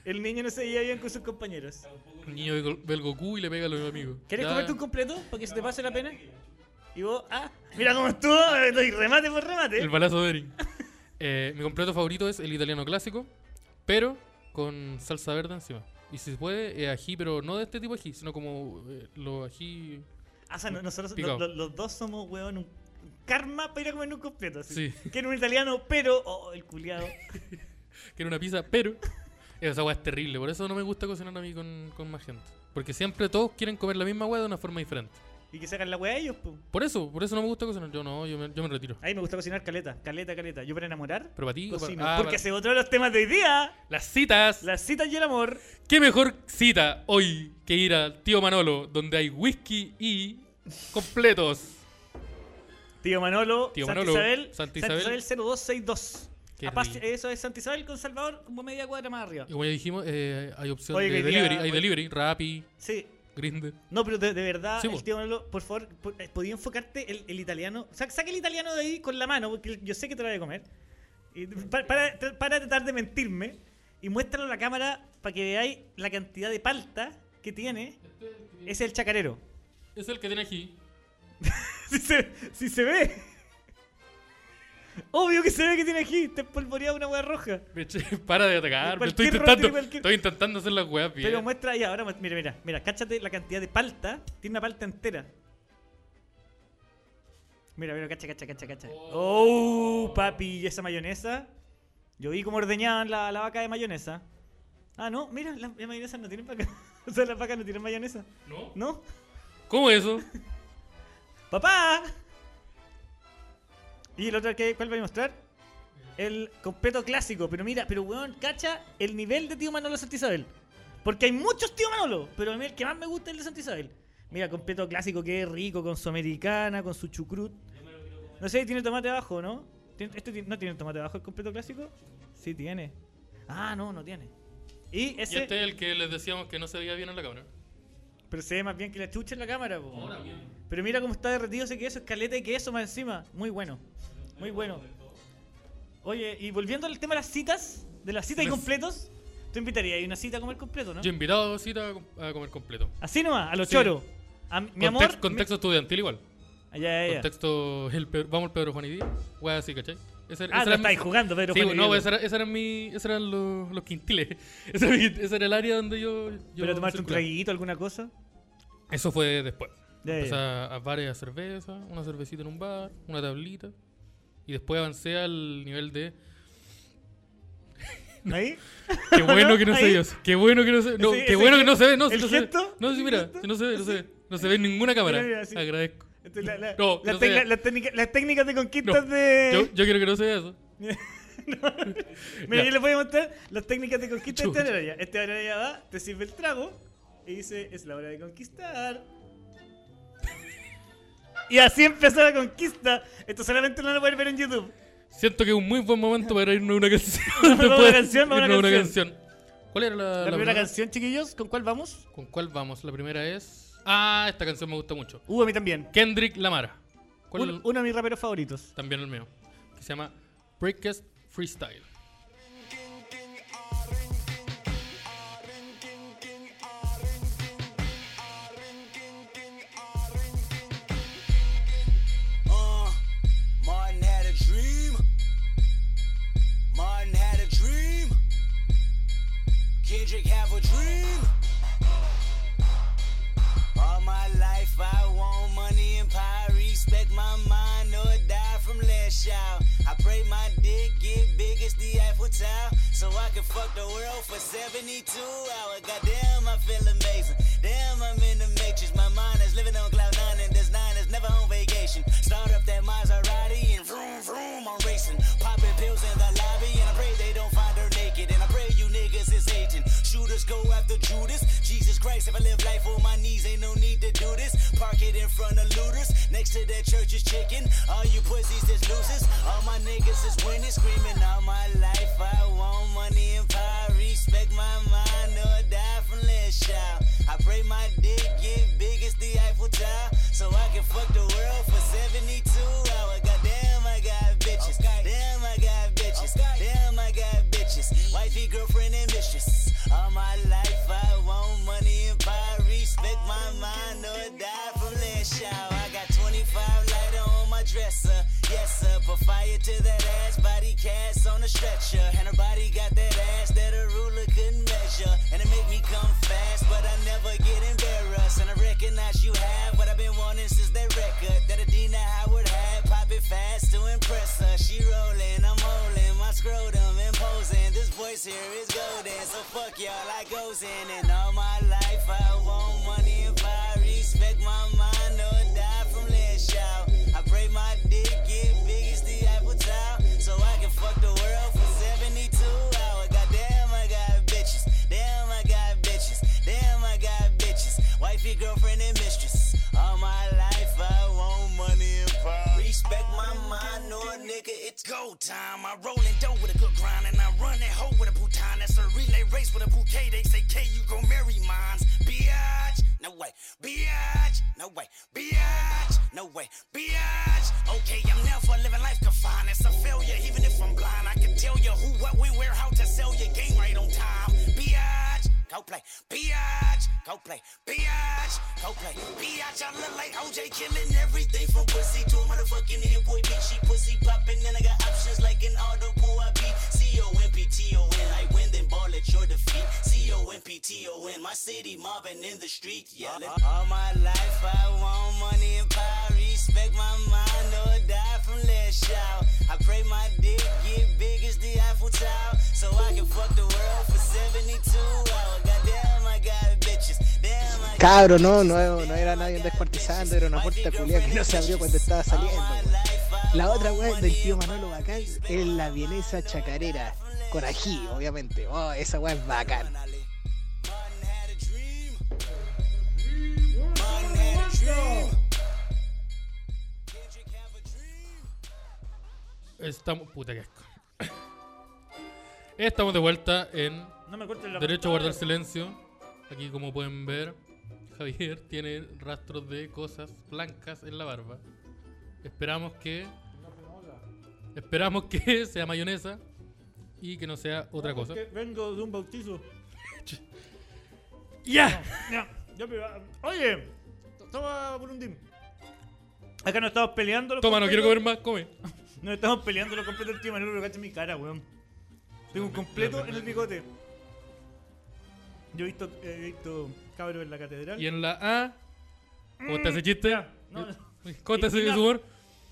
Speaker 2: El niño no se lleva bien con sus compañeros.
Speaker 3: Un niño ve Go- ve el Goku y le pega a los amigos.
Speaker 2: ¿Quieres
Speaker 3: Ya-
Speaker 2: comerte un completo para que se te pase la pena? Y vos, ah, mira cómo estuvo, eh, doy remate por remate.
Speaker 3: El balazo de Ering. Eh, mi completo favorito es el italiano clásico, pero con salsa verde encima. Y si se puede, eh, ají, pero no de este tipo de ají, sino como eh, los ají.
Speaker 2: Ah, o sea, no- nosotros
Speaker 3: Picao.
Speaker 2: lo- lo- los dos somos huevón un karma para ir a comer un completo. Así.
Speaker 3: Sí.
Speaker 2: Quiero un italiano, pero, oh, el culiado.
Speaker 3: que era una pizza, pero esa weá es terrible. Por eso no me gusta cocinar a mí con, con más gente. Porque siempre todos quieren comer la misma weá de una forma diferente.
Speaker 2: Y que se hagan la weá ellos, pues.
Speaker 3: Por eso, por eso no me gusta cocinar. Yo no, yo me, yo me retiro.
Speaker 2: A mí me gusta cocinar caleta, caleta, caleta. Yo para enamorar,
Speaker 3: Pero para ti, o para-
Speaker 2: cocino.
Speaker 3: ah,
Speaker 2: porque
Speaker 3: para-
Speaker 2: se otro de los temas de hoy día.
Speaker 3: las citas.
Speaker 2: Las citas y el amor.
Speaker 3: ¿Qué mejor cita hoy que ir al tío Manolo, donde hay whisky y completos?
Speaker 2: Tío Manolo,
Speaker 3: Tío
Speaker 2: Santa
Speaker 3: Manolo,
Speaker 2: Isabel,
Speaker 3: Santa
Speaker 2: Santa
Speaker 3: Isabel.
Speaker 2: Isabel, 0262.
Speaker 3: Qué
Speaker 2: Apaz-
Speaker 3: rico.
Speaker 2: eso es Santa Isabel con Salvador, un media cuadra más arriba.
Speaker 3: Y como ya dijimos, eh, hay opción
Speaker 2: Oye,
Speaker 3: de
Speaker 2: que día-
Speaker 3: delivery. Hay
Speaker 2: oye.
Speaker 3: delivery, Rappi,
Speaker 2: Sí.
Speaker 3: Grindr.
Speaker 2: No, pero de, de verdad,
Speaker 3: Sí, po.
Speaker 2: el tío Manolo, por favor, po- eh, ¿podía enfocarte el, el italiano? Sa- saca el italiano de ahí con la mano, porque yo sé que te lo voy a comer. Y pa- para, tra- para tratar de mentirme y muéstralo a la cámara para que veáis la cantidad de palta que tiene. Es el chacarero.
Speaker 3: Es el que tiene ají.
Speaker 2: Si se, si se ve. Obvio que se ve que tiene aquí. Te polvoreado una hueá roja.
Speaker 3: Me eché- Para de atacar. me estoy
Speaker 2: Cualquier
Speaker 3: intentando,
Speaker 2: rostro, cualquier-
Speaker 3: estoy intentando hacer las weas bien.
Speaker 2: Pero muestra ahí ahora. muest- Mira, mira, mira. Cáchate la cantidad de palta. Tiene una palta entera. Mira, mira, cacha, cacha, cacha, cacha. Oh, papi, ¿y esa mayonesa. Yo vi cómo ordeñaban la, la vaca de mayonesa. Ah, no, mira, las mayonesa no tienen vaca. O sea, las vacas no tienen mayonesa.
Speaker 3: ¿No?
Speaker 2: ¿No?
Speaker 3: ¿Cómo eso?
Speaker 2: ¡Papá! Y el otro, que, ¿cuál voy a mostrar? El completo clásico. Pero mira, pero weón, cacha el nivel de tío Manolo Santa Isabel. Porque hay muchos tío Manolo, pero a mí el que más me gusta es el de Santa Isabel. Mira, completo clásico, qué rico, con su americana, con su chucrut. No sé, tiene tomate abajo, ¿no? ¿Tiene- ¿Este ti- no tiene tomate abajo el completo clásico? Sí, tiene. Ah, no, no tiene. Y
Speaker 3: Y
Speaker 2: ese...
Speaker 3: este es el que les decíamos que no se veía bien en la cámara.
Speaker 2: Pero se ve más bien que la chucha en la cámara, po. Pero mira cómo está derretido ese queso, escaleta y queso más encima. Muy bueno. Muy bueno. Oye, y volviendo al tema de las citas, de las citas y
Speaker 3: Las-
Speaker 2: completos, tú invitarías a una cita a comer completo, ¿no?
Speaker 3: Yo he invitado a cita a com- a comer completo.
Speaker 2: Así nomás, a los
Speaker 3: Sí.
Speaker 2: choros. A mi mi amor.
Speaker 3: Context- contexto estudiantil igual.
Speaker 2: mi- Ah, ya, ya, ya.
Speaker 3: Contexto, el Pedro- vamos al Pedro Juan y Díaz. Wea así, ¿cachai? Ese, ese
Speaker 2: Ah, no
Speaker 3: era mi-
Speaker 2: estáis jugando, Pedro.
Speaker 3: Sí,
Speaker 2: Juan y
Speaker 3: no,
Speaker 2: Diego.
Speaker 3: ese era, ese era mi, ese eran los, los quintiles. Ese era, mi- ese era el área donde yo. yo
Speaker 2: ¿Pero tomarte un
Speaker 3: circulaba.
Speaker 2: traguito, alguna cosa?
Speaker 3: Eso fue después.
Speaker 2: Ya,
Speaker 3: Empecé
Speaker 2: ya.
Speaker 3: a, a bares a cerveza, una cervecita en un bar, una tablita. Y después avancé al nivel de.
Speaker 2: ¿Ahí?
Speaker 3: Qué bueno que no se
Speaker 2: Ahí.
Speaker 3: vio eso. Qué bueno que no se ve. No,
Speaker 2: Ese-
Speaker 3: qué
Speaker 2: ese
Speaker 3: bueno
Speaker 2: ge-
Speaker 3: que no se ve. No, si
Speaker 2: ¿el
Speaker 3: no se ve.
Speaker 2: gesto?
Speaker 3: No, sí,
Speaker 2: ¿El
Speaker 3: mira.
Speaker 2: gesto?
Speaker 3: si no se ve, no se ve. No se ve en ninguna cámara.
Speaker 2: Mira, mira, así.
Speaker 3: Agradezco.
Speaker 2: Entonces, La, la,
Speaker 3: No,
Speaker 2: la
Speaker 3: no
Speaker 2: tec-
Speaker 3: se vea.
Speaker 2: la- la técnica- las técnicas de
Speaker 3: No,
Speaker 2: conquistas de.
Speaker 3: yo, yo quiero que no se vea eso.
Speaker 2: Mira,
Speaker 3: Ya.
Speaker 2: yo les voy a mostrar las técnicas de conquista de
Speaker 3: Chuta.
Speaker 2: este araya. Este araya va, te sirve el trago y dice, es la hora de conquistar. Y así empezó la conquista. Esto solamente no lo pueden ver en YouTube.
Speaker 3: Siento que es un muy buen momento para irnos a una canción.
Speaker 2: Vamos a una
Speaker 3: Después,
Speaker 2: canción, vamos a una
Speaker 3: irnos
Speaker 2: canción.
Speaker 3: ¿Cuál era la,
Speaker 2: La,
Speaker 3: la
Speaker 2: primera canción, chiquillos, ¿con cuál vamos?
Speaker 3: ¿Con cuál vamos? La primera es. Ah, esta canción me gusta mucho.
Speaker 2: Uh, a mí también.
Speaker 3: Kendrick Lamar. ¿Cuál
Speaker 2: Un- uno de mis raperos favoritos.
Speaker 3: También el mío. Que se llama Breakfast Freestyle.
Speaker 8: Uh, Martin had a dream. Martin had a dream. Kendrick have a dream. All my life I want money and power. Respect my mind or die from last child. I pray my dick get big as the Eiffel Tower. So I can fuck the world for 72 hours. Goddamn, I feel amazing. Damn, I I'm in the matrix. My mind is living on cloud nine, and this nine is never on vacation. Start up that Maserati and vroom vroom, I'm racing. Popping pills in the lobby, and I pray they don't find her naked. And I pray you niggas is hating. Shooters go after Judas. Jesus Christ, if I live life on my knees, ain't no need to do this. Park it in front of looters. Next to that church is chicken. All you pussies is losers. All my niggas is winning, screaming all my life. I want money and power. Respect my mind or die from less child. I pray my dick get big as the Eiffel Tower. So I can fuck the world for 72 hours. Goddamn, I got bitches. Damn, I got bitches. Damn, I got bitches. Wifey, girlfriend, and mistress. All my life I want money and power. Respect my mind or die from less child. I got 25 lighter on my dresser. Yes, sir. Put fire to that ass. Body cast on a stretcher. And her body got that ass that a ruler couldn't measure. And it make me come fast, but I never get embarrassed. And I recognize you have what I've been wanting since that record. That Adina Howard had. Pop it fast to impress her. She rolling, I'm holding my scrotum imposing. This voice here is golden. So fuck y'all, I goes in. And all my life I want money and power. Respect my mind or die from less shout. I pray my dick get big as the Apple Tower, so I can fuck the world for 72 hours. Goddamn, I got bitches. Damn, I got bitches. Damn, I got bitches. Wifey, girlfriend, and mistress. All my life, I want money and power. Respect my mind, no nigga, it's go time. I rolling dough with a good grind, and I run that hoe with a bouton. That's a relay race with a bouquet. They say, K, you gon' marry mines. Biatch, no way. Biatch, no way. Biatch, no way. Biatch, okay, I'm never living life confined. It's a failure, even if I'm blind. I can tell you who, what, when, where, how to sell your game right on time. Biatch. Go play, biatch. Go play, biatch. Go play, biatch. I look like OJ killing everything from pussy to a motherfucking hit boy. Bitch, she pussy popping, and I got options like an audible. I be C O M P T O N. I win, then ball at your defeat. C O M P T O N. My city mobbing in the street yelling. All my life I want money and power. Respect my mind or die from less shout. I pray my dick get big as the Eiffel Tower, so I can fuck the world for 72 hours. Goddamn, I got bitches. Damn, I got
Speaker 6: Cabro, no, no, no era nadie descuartizando, era una puerta culiada que no se abrió cuando estaba saliendo. weón. La otra weá del tío Manolo Bacán es la vienesa chacarera, con ají, obviamente. Oh, esa weá es bacán.
Speaker 8: Martin had a dream. Martin had a dream. Kendrick have a dream.
Speaker 3: Estamos. Puta que asco. Estamos de vuelta en
Speaker 2: No me cortes la
Speaker 3: Derecho a
Speaker 2: punta.
Speaker 3: guardar silencio. Aquí, como pueden ver, Javier tiene rastros de cosas blancas en la barba. Esperamos que. Esperamos que sea mayonesa y que no sea otra cosa.
Speaker 2: Porque vengo de un bautizo.
Speaker 3: ¡Ya!
Speaker 2: Ya, ya, pero, ah, Oye, to- toma Burundín. Acá nos estamos peleando. los
Speaker 3: Toma, no quiero
Speaker 2: completos.
Speaker 3: comer más, come.
Speaker 2: Nos estamos peleando los completos del tío Manolo, pero cacha mi cara, weón. Tengo un completo en el bigote. Yo he visto, he visto cabros en la catedral.
Speaker 3: Y en la A. ¿Cómo está ese chiste?
Speaker 2: no, no.
Speaker 3: ¿Cómo está ese
Speaker 2: Enough.
Speaker 3: humor?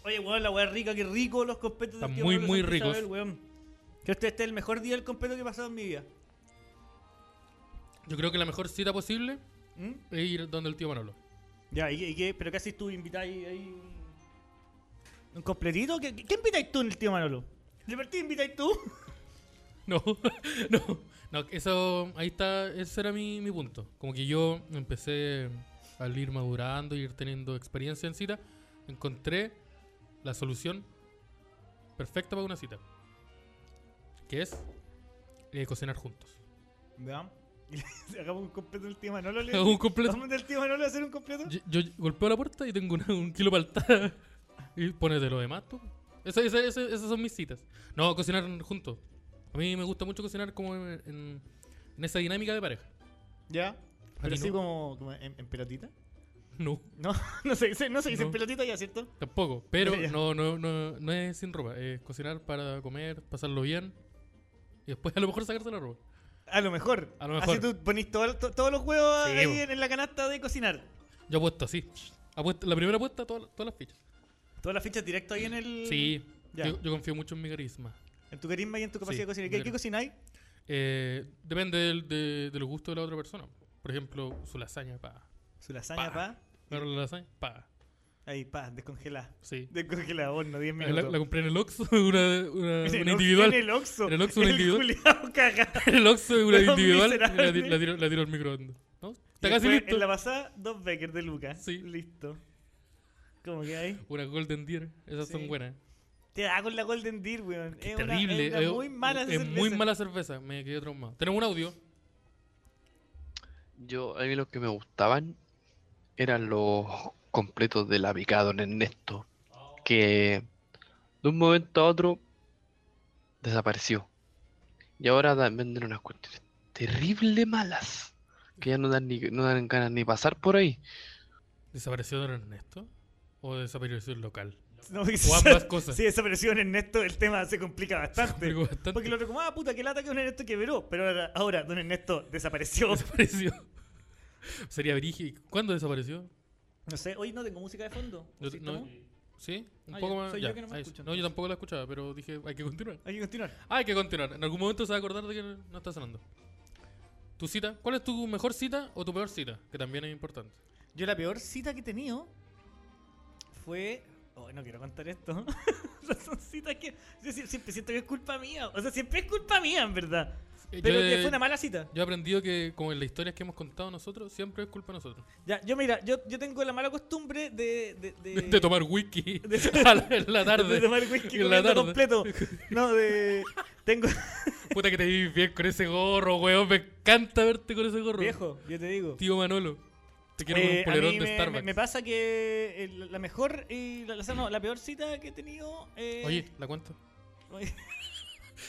Speaker 2: Oye, weón, la weá rica, qué rico los completos del
Speaker 3: Están
Speaker 2: tío
Speaker 3: muy,
Speaker 2: Manolo,
Speaker 3: muy
Speaker 2: Santa
Speaker 3: ricos.
Speaker 2: Isabel, weón. Que este, este es el mejor día del completo que he pasado en mi vida.
Speaker 3: Yo creo que la mejor cita posible
Speaker 2: ¿Mm?
Speaker 3: es ir donde el tío Manolo.
Speaker 2: Ya, ¿y, qué- y qué? ¿Pero qué haces tú? ¿Invitáis ahí un- un completito? ¿Qué, qué- qué invitáis tú en el tío Manolo? ¿De partida invitáis tú?
Speaker 3: No, no, no, eso, ahí está, ese era mi, mi punto. Como que yo empecé al ir madurando, ir teniendo experiencia en cita, encontré la solución perfecta para una cita. Que es eh, cocinar juntos.
Speaker 2: Ya. Y le- Hagamos un completo del tío Manolo. le-
Speaker 3: Hagamos un completo.
Speaker 2: ¿Vamos del tío Manolo a hacer un completo?
Speaker 3: Yo, yo golpeo la puerta y tengo una- un kilo paltada. Y ponete lo demás tú. Esa- esa- esa- esas son mis citas. No, cocinar juntos. A mí me gusta mucho cocinar como en- en- en esa dinámica de pareja.
Speaker 2: Ya. Pero
Speaker 3: Aquí
Speaker 2: así
Speaker 3: no.
Speaker 2: como, como en, en pelotita.
Speaker 3: No.
Speaker 2: No, no se dice, no se dice en
Speaker 3: No.
Speaker 2: pelotita ya, ¿cierto?
Speaker 3: Tampoco, pero
Speaker 2: Ya.
Speaker 3: no, no, no, no es sin ropa. Es cocinar para comer, pasarlo bien y después a lo mejor sacarse la ropa.
Speaker 2: A lo mejor.
Speaker 3: A lo mejor.
Speaker 2: Así tú ponís todo- to- todos los huevos
Speaker 3: Sí,
Speaker 2: ahí
Speaker 3: po.
Speaker 2: en, en la canasta de cocinar.
Speaker 3: Yo apuesto así. Apuesto- la primera apuesta, todas, todas las fichas.
Speaker 2: Todas las fichas directo ahí en el.
Speaker 3: Sí,
Speaker 2: Ya.
Speaker 3: yo, yo confío mucho en mi carisma.
Speaker 2: En tu carisma y en tu capacidad
Speaker 3: Sí,
Speaker 2: de cocinar. ¿Qué,
Speaker 3: claro.
Speaker 2: qué cocináis?
Speaker 3: Eh, depende del, de, de los gustos de la otra persona. Por ejemplo, su lasaña, pa.
Speaker 2: Su lasaña, pa.
Speaker 3: Me agarro la lasaña, pa.
Speaker 2: Ahí, pa, descongelada.
Speaker 3: Sí. Eh,
Speaker 2: Descongelada, horno, 10
Speaker 3: La,
Speaker 2: minutos.
Speaker 3: la compré en el Oxxo, una, una,
Speaker 2: En el
Speaker 3: una
Speaker 2: Oxxo,
Speaker 3: individual.
Speaker 2: En el Oxxo.
Speaker 3: En el Oxxo, una individual.
Speaker 2: culiao cagado.
Speaker 3: En el Oxxo, una
Speaker 2: Pero
Speaker 3: individual. y La,
Speaker 2: miserable.
Speaker 3: di- la tiro, la tiro al microondas. ¿no? Está
Speaker 2: Y
Speaker 3: casi
Speaker 2: después,
Speaker 3: listo.
Speaker 2: En la pasada, dos Becker de Lucas.
Speaker 3: Sí.
Speaker 2: Listo. ¿Cómo que hay?
Speaker 3: Una Golden Deer. Esas
Speaker 2: Sí.
Speaker 3: son buenas.
Speaker 2: Te da con la Golden Deer, weón.
Speaker 3: Qué
Speaker 2: es una-
Speaker 3: terrible.
Speaker 2: es una
Speaker 3: eh,
Speaker 2: muy mala
Speaker 3: es
Speaker 2: esa
Speaker 3: muy
Speaker 2: cerveza.
Speaker 3: mala cerveza. Me quedé traumado. Tenemos un audio.
Speaker 9: Yo, a mí lo que me gustaban eran los completos de la picada, don Ernesto, que de un momento a otro desapareció. Y ahora dan- venden unas cuestiones terrible malas, que ya no dan ni, no dan ganas ni pasar por ahí.
Speaker 3: ¿Desapareció Don Ernesto? ¿O desapareció el local?
Speaker 2: No, porque
Speaker 3: O
Speaker 2: se-
Speaker 3: ambas cosas.
Speaker 2: Si desapareció en Ernesto, el tema se complica bastante.
Speaker 3: complicó bastante.
Speaker 2: Porque lo otro, como, ah, puta, que lata que don Ernesto quebró. Pero ahora, ahora don Ernesto desapareció.
Speaker 3: Desapareció. Sería Brigi. ¿Cuándo desapareció?
Speaker 2: No sé, hoy no tengo música de fondo.
Speaker 3: Yo-
Speaker 2: ¿Sí
Speaker 3: no-
Speaker 2: estamos?
Speaker 3: ¿Sí? Un
Speaker 2: Ah,
Speaker 3: poco
Speaker 2: ya.
Speaker 3: más.
Speaker 2: Soy
Speaker 3: ya,
Speaker 2: yo que no me
Speaker 3: ahí-
Speaker 2: escucho,
Speaker 3: no, yo
Speaker 2: entonces.
Speaker 3: tampoco la escuchaba, pero dije, hay que continuar. Ah,
Speaker 2: Hay que continuar.
Speaker 3: Hay que continuar. En algún momento se va a acordar de que no está sonando. ¿Tu cita? ¿Cuál es tu mejor cita o tu peor cita? Que también es importante.
Speaker 2: Yo la peor cita que he tenido fue... Oh, no quiero contar esto. Son citas que... Yo sie- siempre siento que es culpa mía. O sea, siempre es culpa mía, en verdad.
Speaker 3: Eh,
Speaker 2: Pero
Speaker 3: yo,
Speaker 2: que
Speaker 3: he-
Speaker 2: fue una mala cita.
Speaker 3: yo he aprendido que, como en las historias que hemos contado nosotros, siempre es culpa de nosotros.
Speaker 2: Ya, yo mira, yo, yo tengo la mala costumbre de... De, de-
Speaker 3: de tomar wiki
Speaker 2: de-
Speaker 3: a la- en la tarde.
Speaker 2: de tomar whisky
Speaker 3: en la
Speaker 2: comiendo
Speaker 3: tarde.
Speaker 2: completo. No, de... Tengo...
Speaker 3: Puta que te vi bien con ese gorro, weón. Me encanta verte con ese gorro.
Speaker 2: Viejo, yo te digo.
Speaker 3: Tío Manolo. Te quiero
Speaker 2: Eh,
Speaker 3: con
Speaker 2: a
Speaker 3: un
Speaker 2: mí
Speaker 3: polerón de
Speaker 2: me,
Speaker 3: Starbucks.
Speaker 2: me- me pasa que el- la mejor y la, la- no, la peor cita que he tenido. eh,
Speaker 3: Oye, la cuenta.
Speaker 2: oye,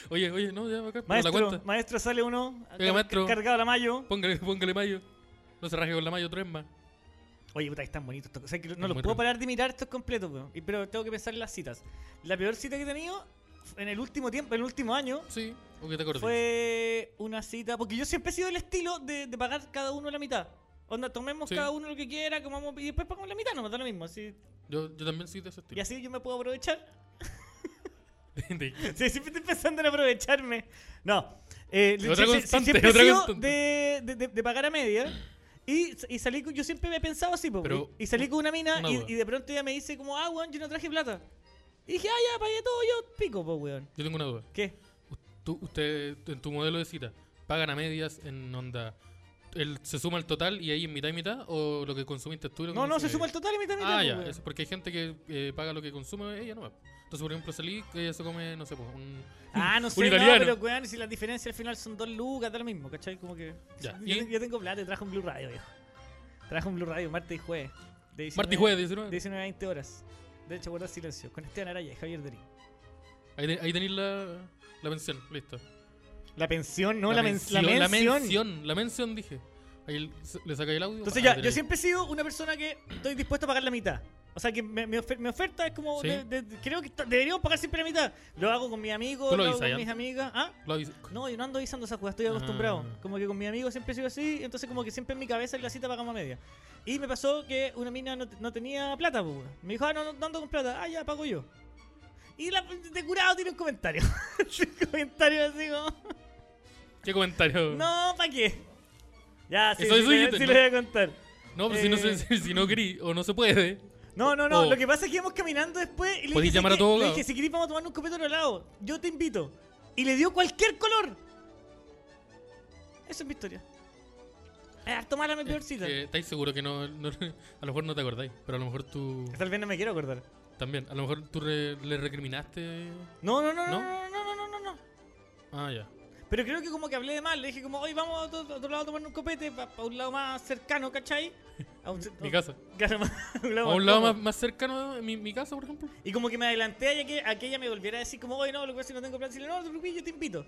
Speaker 3: Oye, oye, no, ya acá. pero la
Speaker 2: maestro,
Speaker 3: cuenta.
Speaker 2: maestro, sale uno acá-
Speaker 3: Oiga, maestro.
Speaker 2: cargado la mayo.
Speaker 3: Póngale, póngale mayo. No se raje con la mayo, tres más.
Speaker 2: Oye, puta, que están bonitos estos. o sea, que no
Speaker 3: Están
Speaker 2: los
Speaker 3: muy
Speaker 2: puedo
Speaker 3: ricos.
Speaker 2: parar de mirar estos completos, weón. Y- pero tengo que pensar en las citas. La peor cita que he tenido en el último tiempo, en el último año,
Speaker 3: Sí, o que te acordes.
Speaker 2: fue una cita. Porque yo siempre he sido del estilo de, de pagar cada uno la mitad. Onda, tomemos
Speaker 3: Sí.
Speaker 2: cada uno lo que quiera, comamos y después pagamos la mitad, no me da lo mismo. Así,
Speaker 3: Yo, yo también soy de ese
Speaker 2: y
Speaker 3: estilo.
Speaker 2: así yo me puedo aprovechar
Speaker 3: De-
Speaker 2: Sí, siempre estoy pensando en aprovecharme. No. Eh,
Speaker 3: Es otra
Speaker 2: sí, sí,
Speaker 3: constante,
Speaker 2: siempre
Speaker 3: es otra
Speaker 2: he sido
Speaker 3: constante.
Speaker 2: de, de- de- de pagar a media. Y, y salí con- yo siempre me he pensado así, po,
Speaker 3: Pero-
Speaker 2: y, y salí con una mina
Speaker 3: una
Speaker 2: y,
Speaker 3: duda.
Speaker 2: y de pronto ella me dice como, ah, weón, yo no traje plata. Y dije, ah, ya, pagué todo yo, pico, po, weón.
Speaker 3: Yo tengo una duda.
Speaker 2: ¿Qué?
Speaker 3: Tú, usted, en tu modelo de cita, ¿pagan a medias en onda? El, ¿Se suma el total y ahí en mitad y mitad? ¿O lo que consumiste tú? y lo que
Speaker 2: No, no, se
Speaker 3: consume
Speaker 2: suma
Speaker 3: ella?
Speaker 2: el total y mitad, mitad,
Speaker 3: Ah,
Speaker 2: po,
Speaker 3: ya,
Speaker 2: pues, weón.
Speaker 3: eso, porque hay gente que eh, paga lo que consume ella no. Entonces, por ejemplo, salí que ella se come, no sé, pues, un.
Speaker 2: Ah, no sé, no,
Speaker 3: italiano.
Speaker 2: pero weón, si las diferencias al final son dos lucas, da lo mismo, ¿cachai? Como que...
Speaker 3: Ya,
Speaker 2: Yo,
Speaker 3: y-
Speaker 2: te- yo tengo plata y traje un Blue Radio, viejo. Traje un Blue Radio martes y jueves. de
Speaker 3: Martes
Speaker 2: 19
Speaker 3: y jueves, 19.
Speaker 2: De 19 a 20 horas. De hecho, guardar silencio. Con Esteban Araya y Javier Derín.
Speaker 3: Ahí, te- ahí tenéis la, la mención, listo.
Speaker 2: La pensión, no, la, men- la
Speaker 3: mención,
Speaker 2: mención.
Speaker 3: La mención, Ah, la mención, dije. Ahí el- se- le sacáis el audio.
Speaker 2: Entonces
Speaker 3: ahí
Speaker 2: ya, yo
Speaker 3: tenéis.
Speaker 2: siempre he sido una persona que estoy dispuesto a pagar la mitad. O sea, que me, me ofer- mi oferta es como...
Speaker 3: Sí.
Speaker 2: de- de- de- creo que to- deberíamos pagar siempre la mitad. Lo hago con mis amigos,
Speaker 3: ¿Tú lo
Speaker 2: lo, hago
Speaker 3: avisas
Speaker 2: con
Speaker 3: antes?
Speaker 2: mis amigas. ¿Ah?
Speaker 3: Lo aviso.
Speaker 2: No, yo no ando avisando esas cosas, estoy acostumbrado.
Speaker 3: Ah.
Speaker 2: Como que con mis amigos siempre he sido así, entonces como que siempre en mi cabeza en la cita pagamos a media. Y me pasó que una mina no, no tenía plata, pues. weón. Me dijo, ah, no, no, no ando con plata. Ah, ya, pago yo. Y la de curado tiene un comentario. un comentario así como...
Speaker 3: ¿Qué comentario?
Speaker 2: No, ¿para qué? Ya, sí,
Speaker 3: Eso-
Speaker 2: sí,
Speaker 3: eso
Speaker 2: le-
Speaker 3: dijiste,
Speaker 2: sí
Speaker 3: ¿no?
Speaker 2: le voy a contar.
Speaker 3: No, pero si no, se,
Speaker 2: eh,
Speaker 3: si no querí o no se puede.
Speaker 2: No, no, no.
Speaker 3: Oh.
Speaker 2: Lo que pasa es que íbamos caminando después y le
Speaker 3: Podéis
Speaker 2: dije,
Speaker 3: llamar a
Speaker 2: "Si
Speaker 3: tu
Speaker 2: que-
Speaker 3: abogado".
Speaker 2: le dije, si querés vamos a tomar un copete de helado. Yo te invito. Y le dio cualquier color. Esa es mi historia. Ah, tomala mi peor cita.
Speaker 3: eh, ¿Estáis seguro que no, no- A lo mejor no te acordáis, pero a lo mejor tú.
Speaker 2: Tal vez no me quiero acordar.
Speaker 3: También, a lo mejor tú re- le recriminaste.
Speaker 2: No, no, no, no,
Speaker 3: ¿No?
Speaker 2: no, no, no, no, no.
Speaker 3: Ah, ya.
Speaker 2: Pero creo que como que hablé de mal. Le dije como, hoy vamos a otro, a otro lado a tomar un copete, para un lado más cercano, ¿cachai? A un,
Speaker 3: Mi casa.
Speaker 2: Claro, más- un lado
Speaker 3: A un lado
Speaker 2: cómodo.
Speaker 3: más, más cercano, mi, mi casa, por ejemplo.
Speaker 2: Y como que me adelanté a que, a que ella me volviera a decir como, oye, no, lo que pasa es que no tengo plata. Y le, no, no te preocupes, yo te invito.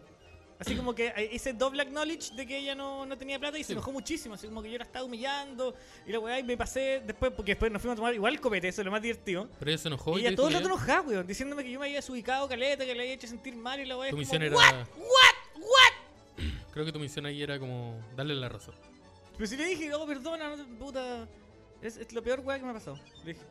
Speaker 2: Así como que eh, hice double acknowledge de que ella no, no tenía plata y
Speaker 3: Sí.
Speaker 2: se enojó muchísimo. Así como que yo la estaba humillando y la weá, y me pasé después, porque después nos fuimos a tomar igual copete, eso es lo más divertido.
Speaker 3: Pero ella se enojó.
Speaker 2: Y
Speaker 3: y
Speaker 2: ella
Speaker 3: te
Speaker 2: todo el
Speaker 3: dijo
Speaker 2: rato
Speaker 3: que-
Speaker 2: enojada, weón, diciéndome que yo me había desubicado caleta, que la había hecho sentir mal y la weá. es
Speaker 3: Tu
Speaker 2: como,
Speaker 3: misión era.
Speaker 2: "What? ¿What? ¿What?
Speaker 3: Creo que tu misión ahí era como darle la razón.
Speaker 2: Pero si le dije, oh, perdona, no te- puta. Es, es lo peor weá que me ha pasado. Le dije.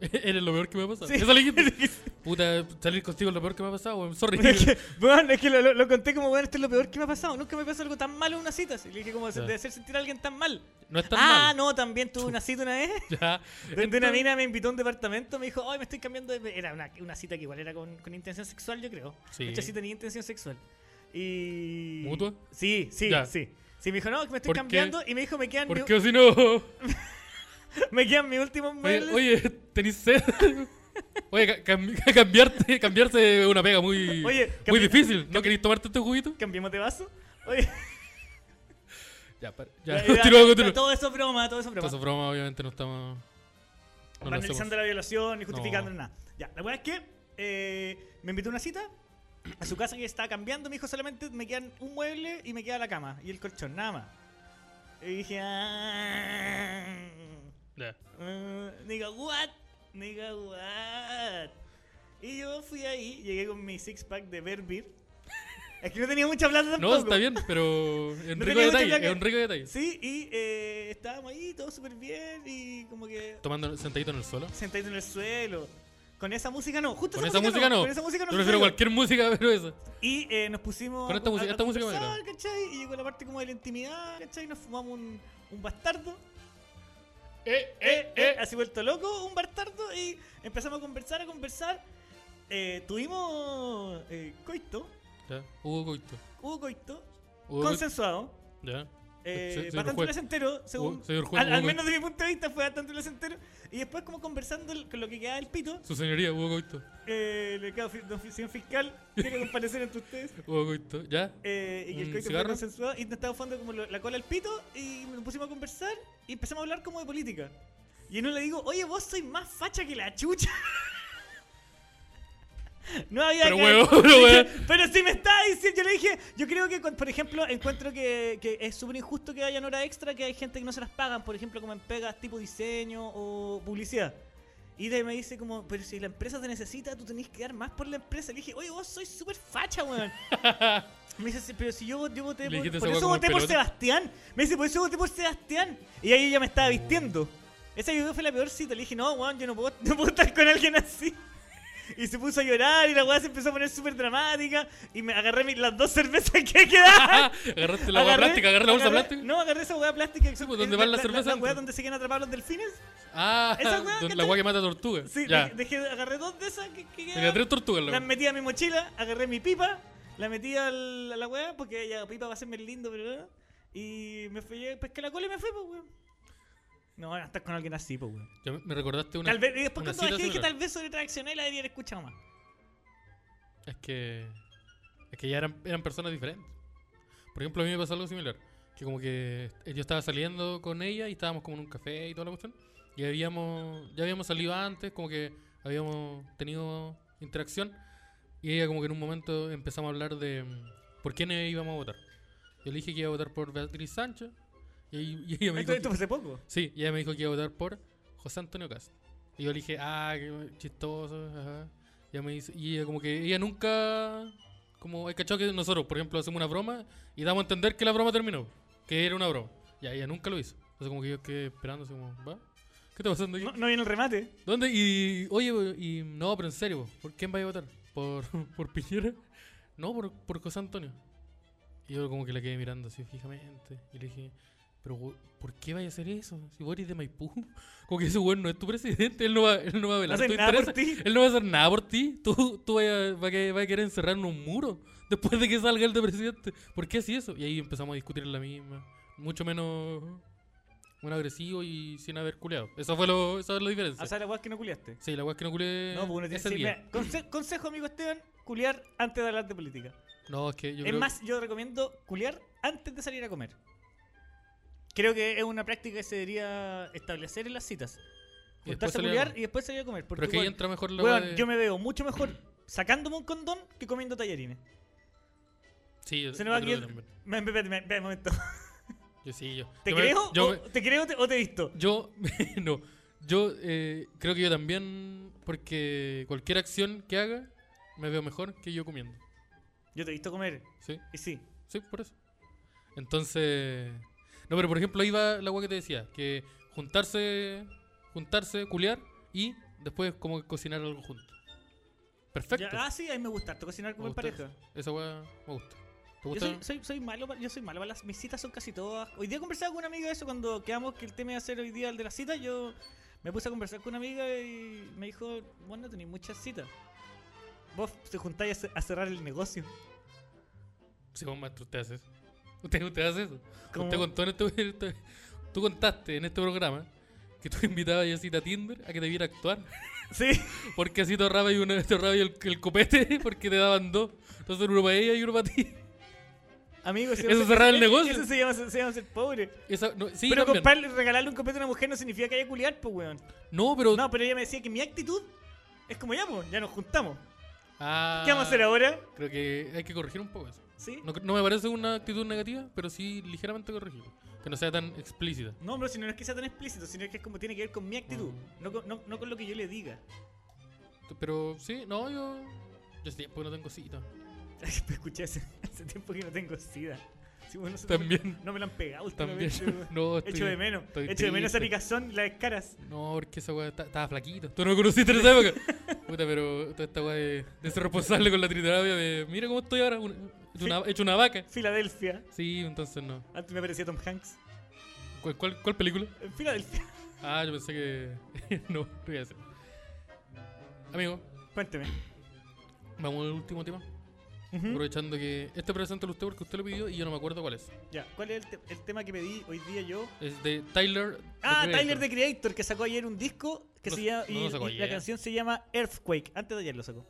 Speaker 3: Eres lo peor que me ha pasado.
Speaker 2: Sí.
Speaker 3: Eso le dijiste. Puta, salir contigo es lo peor que me ha pasado, weón. Sorry.
Speaker 2: Es que, weón, es que lo, lo- lo conté como, bueno, esto es lo peor que me ha pasado. Nunca me pasó algo tan malo en una cita. Así, Le dije, como,
Speaker 3: Ya.
Speaker 2: de hacer sentir a alguien tan mal.
Speaker 3: No es tan
Speaker 2: ah,
Speaker 3: mal.
Speaker 2: no, también tuve una cita una vez.
Speaker 3: Ya.
Speaker 2: De, de una
Speaker 3: Entonces-
Speaker 2: mina me invitó a un departamento, me dijo, hoy me estoy cambiando de... Era una, una cita que igual era con, con intención sexual, yo creo.
Speaker 3: Sí.
Speaker 2: Mucha sí tenía intención sexual. Y...
Speaker 3: ¿Mutua?
Speaker 2: Sí, sí,
Speaker 3: Ya.
Speaker 2: sí. Sí, me dijo, no, que me estoy
Speaker 3: ¿Por qué?
Speaker 2: cambiando y me dijo, me quedan, mi,
Speaker 3: ¿Por qué o si no?
Speaker 2: me quedan mis últimos muebles.
Speaker 3: Oye, oye, tenés sed. Oye, ca- cam- cambiarte, cambiarse es una pega muy,
Speaker 2: Oye,
Speaker 3: muy
Speaker 2: cambi-
Speaker 3: difícil. ¿No querés tomarte tu juguito?
Speaker 2: Cambiemos de vaso. Oye,
Speaker 3: Ya, para, ya.
Speaker 2: ya,
Speaker 3: Continúa,
Speaker 2: ya,
Speaker 3: continúa.
Speaker 2: Todo eso es broma, todo eso es broma.
Speaker 3: Entonces, broma, obviamente no estamos. No lo
Speaker 2: banalizando
Speaker 3: hacemos.
Speaker 2: la violación y justificando nada. Ya, la verdad es que eh, me invitó a una cita a su casa que estaba cambiando. Me dijo solamente me quedan un mueble y me queda la cama y el colchón, nada más. Y dije, ah,
Speaker 3: Ya.
Speaker 2: ah, nigga, what? Nigga, what? Y yo fui ahí, llegué con mi six pack de Berbir. Es que no tenía mucha plata tampoco.
Speaker 3: No, está bien, pero es un rico
Speaker 2: No tenía mucha
Speaker 3: detalle.
Speaker 2: placa.
Speaker 3: Es un rico detalle.
Speaker 2: Sí, y eh, estábamos ahí, todo súper bien y como que
Speaker 3: Tomando sentadito en el suelo.
Speaker 2: sentadito en el suelo. Con esa música no, justo
Speaker 3: Con esa música no.
Speaker 2: Con esa música no.
Speaker 3: Yo prefiero
Speaker 2: suelo.
Speaker 3: cualquier música, pero esa.
Speaker 2: Y eh, nos pusimos.
Speaker 3: Con esta
Speaker 2: a-
Speaker 3: música-
Speaker 2: a
Speaker 3: esta música me
Speaker 2: conversar, ¿cachai? Y llegó la parte como de la intimidad, ¿cachai? Nos fumamos un, un bastardo.
Speaker 3: Eh,
Speaker 2: Eh, eh, así vuelto loco, un bastardo. Y empezamos a conversar, a conversar. Eh, tuvimos eh, coito,
Speaker 3: Ya, hubo coito.
Speaker 2: hubo coito,
Speaker 3: Hubo coito.
Speaker 2: consensuado.
Speaker 3: Ya.
Speaker 2: eh,
Speaker 3: Se- señor
Speaker 2: bastante
Speaker 3: juez.
Speaker 2: placentero, según.
Speaker 3: Hubo- señor juez,
Speaker 2: al,
Speaker 3: hubo
Speaker 2: al
Speaker 3: coito.
Speaker 2: menos desde mi punto de vista, fue bastante placentero. Y después, como conversando el- con lo que queda del pito,
Speaker 3: Su señoría, hubo coito.
Speaker 2: Eh, le quedo fi- don señor fiscal, quiero comparecer ante ustedes.
Speaker 3: Hubo coito. Ya.
Speaker 2: Eh, y el
Speaker 3: ¿Un
Speaker 2: coito fue
Speaker 3: Mm, cigarro?
Speaker 2: consensuado y nos estábamos fumando como lo- la cola al pito y nos pusimos a conversar y empezamos a hablar como de política. Y en uno le digo, oye, vos sois más facha que la chucha. No había
Speaker 3: Pero
Speaker 2: que-
Speaker 3: huevo, pero
Speaker 2: Dije,
Speaker 3: huevo.
Speaker 2: pero si me está diciendo, yo le dije, yo creo que, cuan- por ejemplo, encuentro que, que es súper injusto que hayan hora extra, que hay gente que no se las pagan, por ejemplo, como en pegas tipo diseño o publicidad. Y de ahí me dice como, pero si la empresa te necesita, tú tenés que dar más por la empresa. Le dije, oye, vos sois súper facha, weón. me dice, "Sí, pero si yo, yo voté
Speaker 3: Le
Speaker 2: por,
Speaker 3: dijiste
Speaker 2: por
Speaker 3: esa
Speaker 2: eso
Speaker 3: weá como
Speaker 2: voté por
Speaker 3: pelota.
Speaker 2: Sebastián. Me dice, por eso voté por Sebastián. Y ahí ella me estaba vistiendo. Esa yo creo que fue la peor cita. Le dije, no, weón, yo no puedo, no puedo estar con alguien así. Y se puso a llorar y la weá se empezó a poner súper dramática. Y me agarré mi- las dos cervezas que quedaban.
Speaker 3: Agarraste la hueá plástica, agarré la bolsa
Speaker 2: agarré-
Speaker 3: plástica.
Speaker 2: No, agarré esa hueá plástica. que
Speaker 3: Sí,
Speaker 2: son-
Speaker 3: pues, donde
Speaker 2: es
Speaker 3: van las cervezas
Speaker 2: La,
Speaker 3: entran.
Speaker 2: hueá donde se quedan atrapados los delfines.
Speaker 3: Ah,
Speaker 2: Esa hueá,
Speaker 3: don- la
Speaker 2: ¿cachai?
Speaker 3: hueá que mata tortuga.
Speaker 2: Sí,
Speaker 3: ya.
Speaker 2: dejé, dejé- agarré dos de esas que, que
Speaker 3: Tenía
Speaker 2: quedaban.
Speaker 3: tres tortugas, la
Speaker 2: Las
Speaker 3: hueá.
Speaker 2: metí a mi mochila, agarré mi pipa, la metí al- a la hueá porque ella pipa va a hacerme el lindo, pero. ¿verdad? Y me fui, pesqué la cola y me fui, pues, weón. No, no estás con alguien así, pues, weón.
Speaker 3: Ya me- Me recordaste una.
Speaker 2: Tal vez, y después
Speaker 3: una
Speaker 2: cuando
Speaker 3: cita
Speaker 2: bajé dije,
Speaker 3: similar.
Speaker 2: tal vez sobre traccioné la debería haber escuchado más.
Speaker 3: Es que. Es que ya eran, eran personas diferentes. Por ejemplo, a mí me pasó algo similar. Que como que yo estaba saliendo con ella y estábamos como en un café y toda la cuestión. Y habíamos. Ya habíamos salido antes, como que habíamos tenido interacción. Y ella como que en un momento empezamos a hablar de mm, por quién íbamos a votar. Yo le dije que iba a votar por Beatriz Sánchez. Y, ahí- y ella me dijo.
Speaker 2: Esto, esto
Speaker 3: que-
Speaker 2: fue hace poco.
Speaker 3: Sí, y ella me dijo que iba a votar por José Antonio Cast. Y yo le dije, ah, qué chistoso, ajá. Y ella me dice, y ella como que ella nunca, como, hay cachado que nosotros, por ejemplo, hacemos una broma y damos a entender que la broma terminó, que era una broma. Y ella nunca lo hizo. Entonces como que yo quedé esperando, así como, ¿va? ¿Qué está pasando aquí?
Speaker 2: No, no viene el remate.
Speaker 3: ¿Dónde? Y, oye, bo- y no, pero en serio, bo, ¿por quién vais a votar? ¿Por, por Piñera? No, por, por José Antonio. Y yo como que la quedé mirando así fijamente. Y le dije, pero we- ¿por qué vais a hacer eso? Si vos eres de Maipú. Como que ese weón no es tu presidente, él no va, él no va a
Speaker 2: No
Speaker 3: velar
Speaker 2: hace
Speaker 3: tus
Speaker 2: nada por
Speaker 3: intereses.
Speaker 2: ti.
Speaker 3: Él no va a hacer nada por ti. Tú, tú vas a, va a que- va a querer encerrar en un muro después de que salga el de presidente. ¿Por qué así eso? Y ahí empezamos a discutir en la misma. Mucho menos, menos agresivo y sin haber culeado. Eso fue lo, esa es la diferencia.
Speaker 2: O sea, Ah, la weá es que no culiaste.
Speaker 3: Sí, la weá es que no culé
Speaker 2: No, pues uno tiene
Speaker 3: ese
Speaker 2: sí,
Speaker 3: día.
Speaker 2: mira, conse- Consejo, amigo Esteban, culiar antes de hablar de política.
Speaker 3: No, es que yo
Speaker 2: es
Speaker 3: creo-
Speaker 2: más, yo recomiendo culiar antes de salir a comer. Creo que es una práctica que se debería establecer en las citas.
Speaker 3: Y después
Speaker 2: Juntarse a
Speaker 3: salir a
Speaker 2: culiar
Speaker 3: comer.
Speaker 2: y después salir a comer. Porque,
Speaker 3: Pero es que ahí
Speaker 2: weón,
Speaker 3: entra mejor la
Speaker 2: weón,
Speaker 3: weá de-
Speaker 2: yo me veo mucho mejor sacándome un condón que comiendo tallarines.
Speaker 3: Sí, yo,
Speaker 2: Se nos va
Speaker 3: yo
Speaker 2: aquí
Speaker 3: creo
Speaker 2: el-
Speaker 3: que también.
Speaker 2: Me- me- me- me- me- un momento.
Speaker 3: Yo sí, yo.
Speaker 2: ¿Te
Speaker 3: yo me-
Speaker 2: creo?
Speaker 3: yo
Speaker 2: o,
Speaker 3: me-
Speaker 2: ¿Te creo o te, o te he visto?
Speaker 3: Yo, no, yo eh, creo que yo también, porque cualquier acción que haga, me veo mejor que yo comiendo.
Speaker 2: Yo te he visto comer.
Speaker 3: ¿Sí?
Speaker 2: Y sí.
Speaker 3: Sí, por eso. Entonces... No, pero por ejemplo, ahí va la weá que te decía, que juntarse, juntarse, culiar y Después como que cocinar algo juntos. Perfecto.
Speaker 2: Ya, ah, sí, a mí me gusta harto cocinar
Speaker 3: Me
Speaker 2: como en
Speaker 3: gusta
Speaker 2: pareja.
Speaker 3: eso. Esa weá me gusta. ¿Te
Speaker 2: Yo
Speaker 3: gusta?
Speaker 2: soy, soy, soy malo, para- yo soy malo para las mis citas son casi todas. Hoy día conversaba con una amiga de eso cuando quedamos que el tema iba a ser hoy día el de las citas. Yo me puse a conversar con una amiga y me dijo, bueno, no tenéis muchas citas. Vos te juntáis a ce- a cerrar el negocio.
Speaker 3: Sí, vos, maestro, usted hace eso. Usted, usted hace eso.
Speaker 2: ¿Cómo?
Speaker 3: Usted contó en este, este- Tú contaste en este programa que tú invitabas a Cita Tinder a que te viera actuar.
Speaker 2: Sí,
Speaker 3: Porque así te ahorraba, y una, te ahorraba el, el copete porque te daban dos. Entonces uno para ella y uno para ti.
Speaker 2: amigo. se
Speaker 3: Eso
Speaker 2: llama
Speaker 3: es cerrar el
Speaker 2: ese-
Speaker 3: negocio.
Speaker 2: Eso se llama, se llama ser pobre.
Speaker 3: Esa, no, sí,
Speaker 2: pero
Speaker 3: también.
Speaker 2: comprarle, regalarle un copete a una mujer no significa que haya culiar, pues, weón.
Speaker 3: No, pero.
Speaker 2: No, pero ella me decía que mi actitud es como ya, pues, ya nos juntamos.
Speaker 3: Ah,
Speaker 2: ¿Qué vamos a hacer ahora?
Speaker 3: Creo que hay que corregir un poco eso.
Speaker 2: ¿Sí?
Speaker 3: No, no me parece una actitud negativa, pero sí ligeramente corregible. Que no sea tan explícita.
Speaker 2: No, pero si no es que sea tan explícito, sino que es como tiene que ver con mi actitud,
Speaker 3: Mm.
Speaker 2: no, con, no, no con lo que yo le diga.
Speaker 3: Pero sí, no, yo. Yo hace tiempo que no tengo cita.
Speaker 2: Escuché hace, hace tiempo que no tengo sida. Sí, bueno, no sé,
Speaker 3: También.
Speaker 2: No me la han pegado
Speaker 3: También.
Speaker 2: últimamente. weón.
Speaker 3: no, estoy,
Speaker 2: Echo de menos.
Speaker 3: estoy
Speaker 2: Echo de menos esa
Speaker 3: triste.
Speaker 2: picazón, las caras.
Speaker 3: No, porque esa weá está- estaba flaquito. Tú no me conociste en esa época. Puta, pero toda esta weá de, de ser responsable con la triterapia de. Mira cómo estoy ahora. una- hecho, una, hecho una vaca.
Speaker 2: Filadelfia.
Speaker 3: Sí, entonces no.
Speaker 2: Antes me parecía Tom Hanks.
Speaker 3: ¿Cuál, cuál, cuál película?
Speaker 2: En Filadelfia.
Speaker 3: Ah, yo pensé que. no, no iba a hacer. Amigo,
Speaker 2: Cuénteme.
Speaker 3: vamos al último tema.
Speaker 2: Ujú.
Speaker 3: Aprovechando que. Este presente lo usted porque usted lo pidió y yo no me acuerdo cuál es.
Speaker 2: Ya, ¿cuál es el, te- el tema que pedí hoy día yo?
Speaker 3: Es de Tyler. the
Speaker 2: Ah,
Speaker 3: Creator.
Speaker 2: Tyler The Creator, que sacó ayer un disco que
Speaker 3: No
Speaker 2: se
Speaker 3: s-
Speaker 2: llama.
Speaker 3: no
Speaker 2: y-
Speaker 3: lo sacó
Speaker 2: y la
Speaker 3: ayer.
Speaker 2: canción se llama Earthquake. Antes de ayer lo sacó.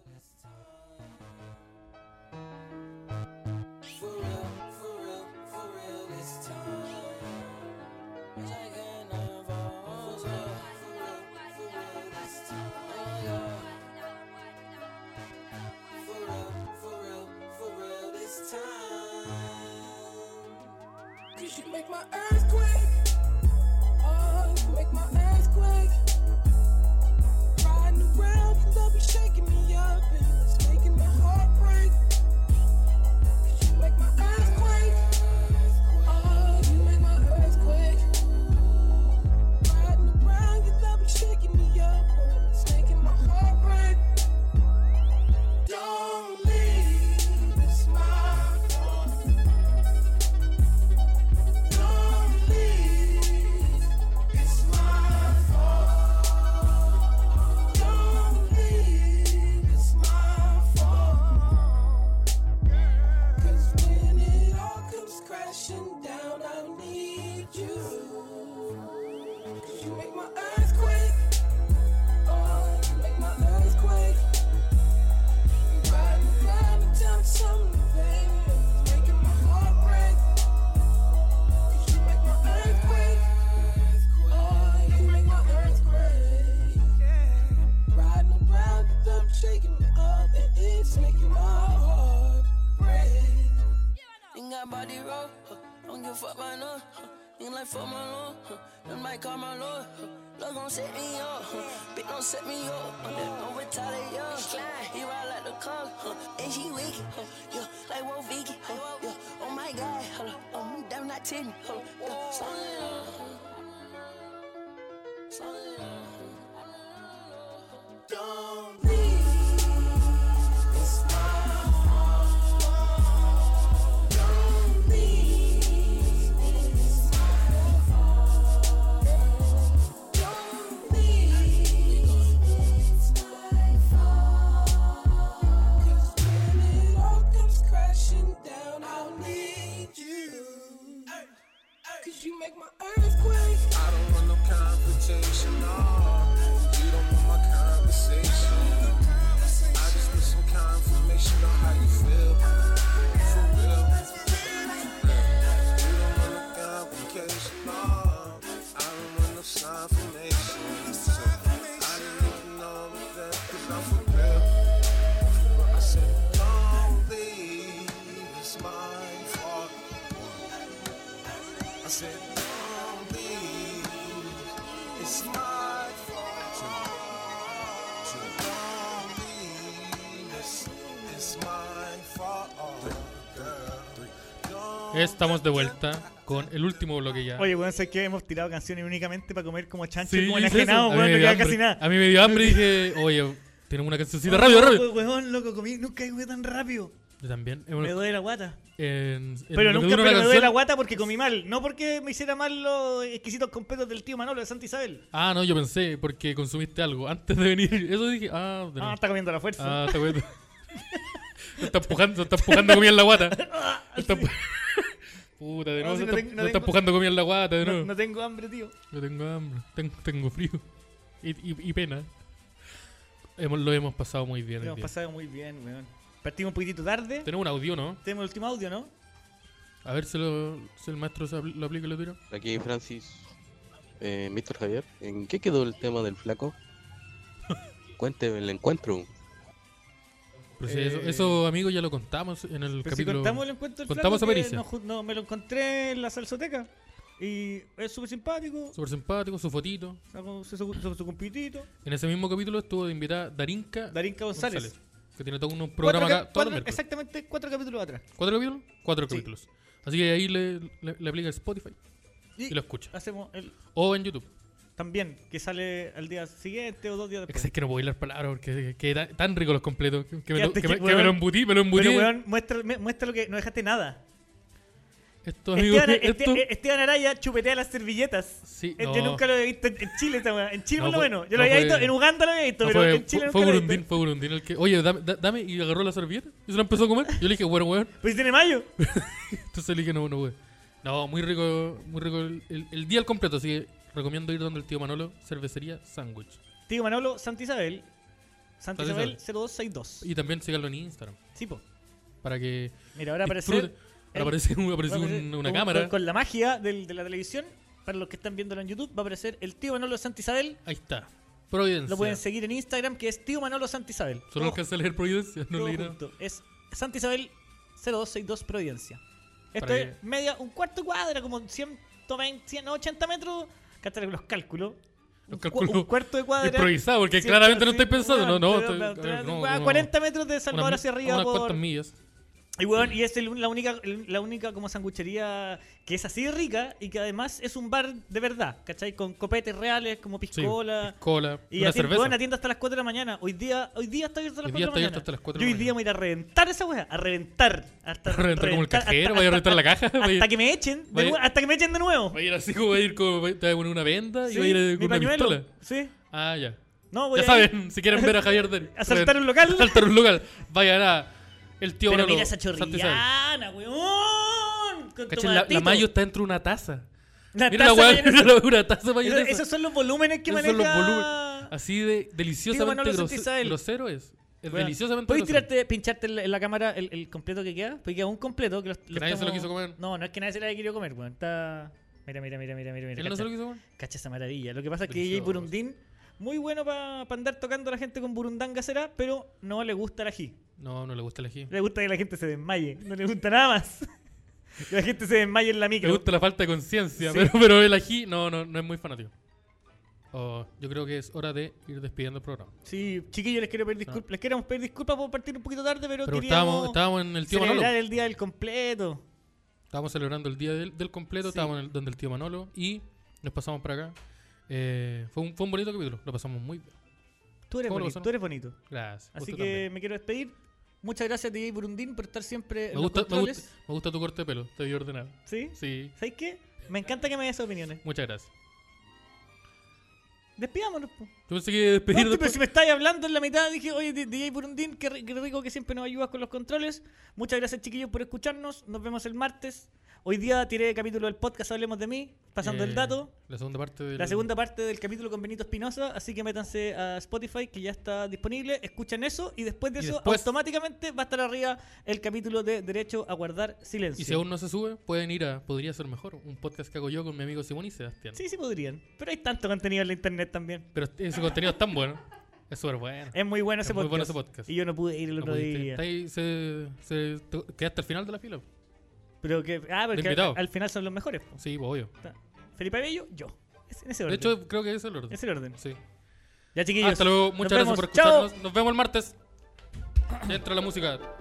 Speaker 10: Cause you make my earthquake. Oh, you make my earthquake. Riding around, you love you shaking me up, and it's making my heart break. Cause you make my earthquake. Oh, you make my earthquake. Riding around, you love you shaking me up, and it's making my heart break. Don't leave, it's my fault. Don't leave, it's my fault. Don't leave, it's my fault. 'Cause when it all comes crashing down, I need you. 'Cause you make my earthquake. Oh, you make my earthquake. You ride me round and down something, baby, it's making my heart break. You make my earthquake. Oh, you make my earthquake. Riding around, you love shaking me up, and it's making my heart break.
Speaker 8: Ain't got body roll, huh. don't give a fuck my lord. Huh. Ain't like fuck my lord, huh. them might call my lord. Huh. Love gon' set me up, huh. bitch don't set me up. Huh. Don't retaliate, yo. He ride like the car, huh. and she weak, huh. yeah. like Wolf Vicky. Huh. Yeah. Oh my god, hold up, oh me damn not ten, hold up, yeah. Slow it down. Slow it down.
Speaker 10: Don't leave. It's my fault. Don't leave. It's my fault. Don't leave. It's my fault. 'Cause when it all comes crashing down, I'll need you. 'Cause you make my earthquake.
Speaker 3: Estamos de vuelta con el último bloque ya.
Speaker 2: Oye, weón, sé que hemos tirado canciones únicamente para comer como chancho
Speaker 3: Sí,
Speaker 2: y como
Speaker 3: yo hice
Speaker 2: enajenado,
Speaker 3: eso. A
Speaker 2: weón,
Speaker 3: mí
Speaker 2: no
Speaker 3: me dio
Speaker 2: queda
Speaker 3: hambre.
Speaker 2: casi nada.
Speaker 3: A mí me dio hambre y dije, oye, tenemos una cancioncita,
Speaker 2: Oh,
Speaker 3: rápido, rápido.
Speaker 2: Weón, loco, comí, nunca comí tan rápido.
Speaker 3: Yo también. en-
Speaker 2: Me duele la guata.
Speaker 3: en- en
Speaker 2: Pero
Speaker 3: eh, lo que dura
Speaker 2: nunca pero me duele la
Speaker 3: canción-
Speaker 2: guata porque comí mal. No porque me hiciera mal los exquisitos completos del tío Manolo de Santa Isabel.
Speaker 3: Ah, no, yo pensé, porque consumiste algo antes de venir. Eso dije, ah, de
Speaker 2: Ah,
Speaker 3: nuevo.
Speaker 2: está comiendo a la fuerza.
Speaker 3: Ah, está bueno. Te está empujando, te está empujando comida en la guata. Te está empu- Puta, de
Speaker 2: No,
Speaker 3: nuevo,
Speaker 2: si
Speaker 3: se
Speaker 2: no
Speaker 3: está,
Speaker 2: tengo- no
Speaker 3: se está
Speaker 2: tengo-
Speaker 3: empujando comida en la guata, de
Speaker 2: no,
Speaker 3: nuevo.
Speaker 2: no tengo hambre, tío.
Speaker 3: Yo tengo hambre, tengo, tengo frío. Y, y- y pena. Hemos- lo hemos pasado muy bien.
Speaker 2: Lo
Speaker 3: hoy
Speaker 2: hemos
Speaker 3: día.
Speaker 2: pasado muy bien, weón. Partimos un poquitito tarde.
Speaker 3: Tenemos un audio, ¿no?
Speaker 2: Tenemos el último audio, ¿no?
Speaker 3: A ver si, lo- si el maestro se apl- lo aplica y lo tira.
Speaker 5: Aquí Francis, eh, Mr. Javier, ¿en qué quedó el tema del flaco? Cuénteme el encuentro.
Speaker 3: Pero si
Speaker 2: Eh,
Speaker 3: eso, eso, amigo, ya lo contamos en el
Speaker 2: Pero si
Speaker 3: capítulo.
Speaker 2: contamos el encuentro del
Speaker 3: contamos
Speaker 2: flaco
Speaker 3: a
Speaker 2: que
Speaker 3: Pericia.
Speaker 2: no, ju- no, me lo encontré en la salsoteca. Y es súper simpático.
Speaker 3: Súper simpático, su fotito.
Speaker 2: Hago su, su, su- su compitito.
Speaker 3: En ese mismo capítulo estuvo de invitada Darinka
Speaker 2: Darinka González.
Speaker 3: González, que tiene todo un
Speaker 2: Cuatro
Speaker 3: programa
Speaker 2: ca-
Speaker 3: acá todos
Speaker 2: cuatro-
Speaker 3: los miércoles.
Speaker 2: exactamente cuatro capítulos atrás.
Speaker 3: ¿Cuatro capítulos? Cuatro
Speaker 2: Sí.
Speaker 3: capítulos. Así que ahí le, le, le aplica Spotify y lo escucha.
Speaker 2: hacemos el
Speaker 3: O en YouTube.
Speaker 2: también, que sale al día siguiente o dos días
Speaker 3: Es que,
Speaker 2: después.
Speaker 3: es que no puedo hilar palabras porque que tan, tan rico los completos. Que, que me, lo,
Speaker 2: Quedaste
Speaker 3: que, me,
Speaker 2: que-
Speaker 3: que me lo
Speaker 2: weón.
Speaker 3: embutí, me lo embutí.
Speaker 2: Pero, weón, muestra, me- muestra lo que no dejaste nada.
Speaker 3: esto, amigo,
Speaker 2: Esteban,
Speaker 3: esto...
Speaker 2: Este- Esteban Araya chupetea las servilletas.
Speaker 3: Sí,
Speaker 2: Eh,
Speaker 3: no.
Speaker 2: Yo nunca lo había visto en en Chile, esa weá. En Chile
Speaker 3: No
Speaker 2: por lo
Speaker 3: fue-
Speaker 2: menos. Yo
Speaker 3: no
Speaker 2: lo había
Speaker 3: fue-
Speaker 2: visto, en Uganda lo había visto,
Speaker 3: No,
Speaker 2: pero
Speaker 3: fue,
Speaker 2: en
Speaker 3: fue
Speaker 2: Chile nunca lo había
Speaker 3: Burundín,
Speaker 2: visto.
Speaker 3: fue Burundín el que, oye, dame, da- dame, y agarró la servilleta y se la empezó a comer. Yo le dije, bueno, weón,
Speaker 2: Pues si tiene mayo.
Speaker 3: entonces le dije, no, no, weón. No, muy rico, muy rico el, el- el día al completo, así que recomiendo ir donde el tío Manolo, cervecería, sándwich.
Speaker 2: Tío Manolo, Santa Isabel. Santa
Speaker 3: Santa
Speaker 2: Isabel
Speaker 3: Isabel.
Speaker 2: 0262.
Speaker 3: Y también síganlo en Instagram,
Speaker 2: Sí, po.
Speaker 3: para que
Speaker 2: Mira, ahora
Speaker 3: disfruten.
Speaker 2: aparece.
Speaker 3: Ahora aparece, un- aparece
Speaker 2: va a
Speaker 3: un-
Speaker 2: aparecer
Speaker 3: una
Speaker 2: con-
Speaker 3: cámara.
Speaker 2: Con, con la magia del- de la televisión, para los que están viéndolo en YouTube, va a aparecer el tío Manolo Santa Isabel.
Speaker 3: Ahí está. Providencia.
Speaker 2: Lo pueden seguir en Instagram, que es tío Manolo Santa Isabel.
Speaker 3: Solo
Speaker 2: Todo-
Speaker 3: alcancé a leer Providencia, no
Speaker 2: todo
Speaker 3: leí nada.
Speaker 2: junto. Es Santa Isabel 0262 Providencia. Esto
Speaker 3: Para
Speaker 2: es
Speaker 3: que-
Speaker 2: media, un cuarto cuadra, como 120, 180 metros. Cállate con los cálculos.
Speaker 3: Los
Speaker 2: Un cu-
Speaker 3: cálculos
Speaker 2: Un cuarto de cuadra.
Speaker 3: improvisado, porque
Speaker 2: Sí,
Speaker 3: claramente no
Speaker 2: sí,
Speaker 3: estoy pensando.
Speaker 2: weón,
Speaker 3: no, no,
Speaker 2: pero-
Speaker 3: estoy-
Speaker 2: pero-
Speaker 3: eh, no,
Speaker 2: a
Speaker 3: no.
Speaker 2: 40 metros de
Speaker 3: Unas
Speaker 2: Salvador
Speaker 3: mi-
Speaker 2: hacia arriba.
Speaker 3: Unas
Speaker 2: por-
Speaker 3: cuantas millas.
Speaker 2: Y weón, y es el- la única, la única como sanguchería que es así de rica y que además es un bar de verdad, ¿cachai? Con copetes reales, como
Speaker 3: Sí,
Speaker 2: piscola.
Speaker 3: piscola,
Speaker 2: y
Speaker 3: una
Speaker 2: atiende,
Speaker 3: cerveza.
Speaker 2: weón, atiende hasta las 4 de la mañana. Hoy día, hoy día está abierto hasta las
Speaker 3: Hoy día
Speaker 2: 4 de la
Speaker 3: está
Speaker 2: mañana.
Speaker 3: abierto hasta las 4
Speaker 2: Yo
Speaker 3: de
Speaker 2: hoy
Speaker 3: la
Speaker 2: día me voy a ir a reventar esa weá, a reventar. Hasta
Speaker 3: A reventar como el cajero,
Speaker 2: hasta-
Speaker 3: vaya a reventar la caja,
Speaker 2: Hasta,
Speaker 3: vaya-
Speaker 2: hasta que me echen, de
Speaker 3: vaya-
Speaker 2: nuevo- hasta que me echen de nuevo.
Speaker 3: Va a ir así como va a ir con, va- te va a poner una venda y
Speaker 2: Sí,
Speaker 3: va a ir eh, con
Speaker 2: mi
Speaker 3: una
Speaker 2: pañuelo.
Speaker 3: pistola.
Speaker 2: Sí.
Speaker 3: Ah, ya.
Speaker 2: No, voy
Speaker 3: Ya
Speaker 2: a ir-
Speaker 3: saben, si quieren ver a Javier Dani.
Speaker 2: Asaltar un local.
Speaker 3: Asaltar un local. Vayan a el tío
Speaker 2: Pero
Speaker 3: Manolo,
Speaker 2: mira esa
Speaker 3: Santa Isabel.
Speaker 2: chorrillana, weón. Con
Speaker 3: Cachen, la, la
Speaker 2: tomatito.
Speaker 3: mayo está dentro de una taza.
Speaker 2: La
Speaker 3: Mira la
Speaker 2: taza
Speaker 3: weá,
Speaker 2: mayonesa.
Speaker 3: mira la- una taza de
Speaker 2: Eso-
Speaker 3: mayonesa.
Speaker 2: esos son los volúmenes que
Speaker 3: Esos
Speaker 2: maneja.
Speaker 3: son los volúmenes. Así de deliciosamente
Speaker 2: Manolo Santa
Speaker 3: grose-
Speaker 2: Isabel.
Speaker 3: grosero es. Es
Speaker 2: Weón,
Speaker 3: deliciosamente
Speaker 2: ¿Puedes
Speaker 3: grosero.
Speaker 2: tirarte, pincharte en la, en la cámara el, el completo que queda? Porque queda un completo que, los- los
Speaker 3: nadie se lo quiso comer.
Speaker 2: No, no es que nadie se lo haya querido comer, weón. Está. Mira, mira, mira, mira, mira. mira
Speaker 3: Él no
Speaker 2: cacha.
Speaker 3: se lo quiso comer.
Speaker 2: Cacha esa maravilla. Lo que pasa es que DJ
Speaker 3: Delicioso.
Speaker 2: Burundín, muy bueno para andar tocando a la gente con burundanga será, pero no le gusta la ají.
Speaker 3: No, no le gusta el ají.
Speaker 2: Le gusta que la gente se desmaye. No le gusta nada más. que la gente se desmaye en la
Speaker 3: Me
Speaker 2: micro.
Speaker 3: gusta la falta de conciencia,
Speaker 2: Sí.
Speaker 3: pero, pero el ají no, no, no es muy fanático. Oh, yo creo que es hora de ir despidiendo el programa.
Speaker 2: Sí, chiquillos, les quiero pedir disculpas. Les queremos pedir disculpas por partir un poquito tarde, pero,
Speaker 3: Ah. Pero estábamos,
Speaker 2: queríamos
Speaker 3: estábamos en el tío
Speaker 2: celebrar
Speaker 3: Manolo.
Speaker 2: el día del completo.
Speaker 3: Estábamos celebrando el día del, del completo,
Speaker 2: Sí.
Speaker 3: estábamos en el- donde el tío Manolo y nos pasamos para acá. Eh, fue, un, fue un bonito capítulo, lo pasamos muy bien.
Speaker 2: Tú eres
Speaker 3: ¿Cómo lo
Speaker 2: bonito,
Speaker 3: pasaron?
Speaker 2: tú eres bonito.
Speaker 3: Gracias.
Speaker 2: Así
Speaker 3: usted
Speaker 2: que
Speaker 3: también.
Speaker 2: me quiero despedir. Muchas gracias, DJ Burundín, por estar siempre
Speaker 3: Me
Speaker 2: en los
Speaker 3: gusta, me,
Speaker 2: controles.
Speaker 3: gusta, me gusta tu corte de pelo, te vi ordenado.
Speaker 2: ¿Sí?
Speaker 3: Sí,
Speaker 2: ¿Sabes qué? Me encanta que me des opiniones.
Speaker 3: muchas gracias.
Speaker 2: Despidámonos, po.
Speaker 3: Yo pensé que despedir
Speaker 2: No, pero
Speaker 3: después-
Speaker 2: si me estáis hablando en la mitad, dije, oye, D- DJ Burundín, qué, ri- qué rico que siempre nos ayudas con los controles. Muchas gracias, chiquillos, por escucharnos. Nos vemos el martes. Hoy día tiré el capítulo del podcast Hablemos de mí, pasando
Speaker 3: eh,
Speaker 2: el dato.
Speaker 3: La segunda parte del-
Speaker 2: La segunda parte del capítulo con Benito Espinosa, así que métanse a Spotify que ya está disponible, escuchen eso y después de
Speaker 3: Y
Speaker 2: eso
Speaker 3: después-
Speaker 2: automáticamente va a estar arriba el capítulo de Derecho a guardar silencio.
Speaker 3: Y si aún no se sube, pueden ir a Podría ser mejor, un podcast que hago yo con mi amigo Simón y Sebastián.
Speaker 2: Sí, sí podrían, pero hay tanto contenido en la internet también.
Speaker 3: Pero este, ese contenido es tan bueno. Es súper bueno.
Speaker 2: Es muy bueno,
Speaker 3: Es
Speaker 2: ese,
Speaker 3: muy
Speaker 2: podcast.
Speaker 3: bueno ese podcast.
Speaker 2: Y yo no pude ir el
Speaker 3: No
Speaker 2: otro
Speaker 3: pudiste.
Speaker 2: día.
Speaker 3: Está ahí, se, se- tú quedaste al final de la fila.
Speaker 2: Pero que, ah, porque
Speaker 3: invitado.
Speaker 2: al, al final son los mejores. po.
Speaker 3: Sí, pues, obvio.
Speaker 2: Está Felipe Bello, yo. Es en
Speaker 3: De
Speaker 2: ese orden.
Speaker 3: hecho, creo que ese es el orden.
Speaker 2: es el orden.
Speaker 3: Sí.
Speaker 2: Ya chiquillos.
Speaker 3: Hasta luego.
Speaker 2: nos
Speaker 3: Muchas gracias
Speaker 2: vemos.
Speaker 3: por
Speaker 2: Chao.
Speaker 3: escucharnos. Nos vemos el martes. Ya entra la música.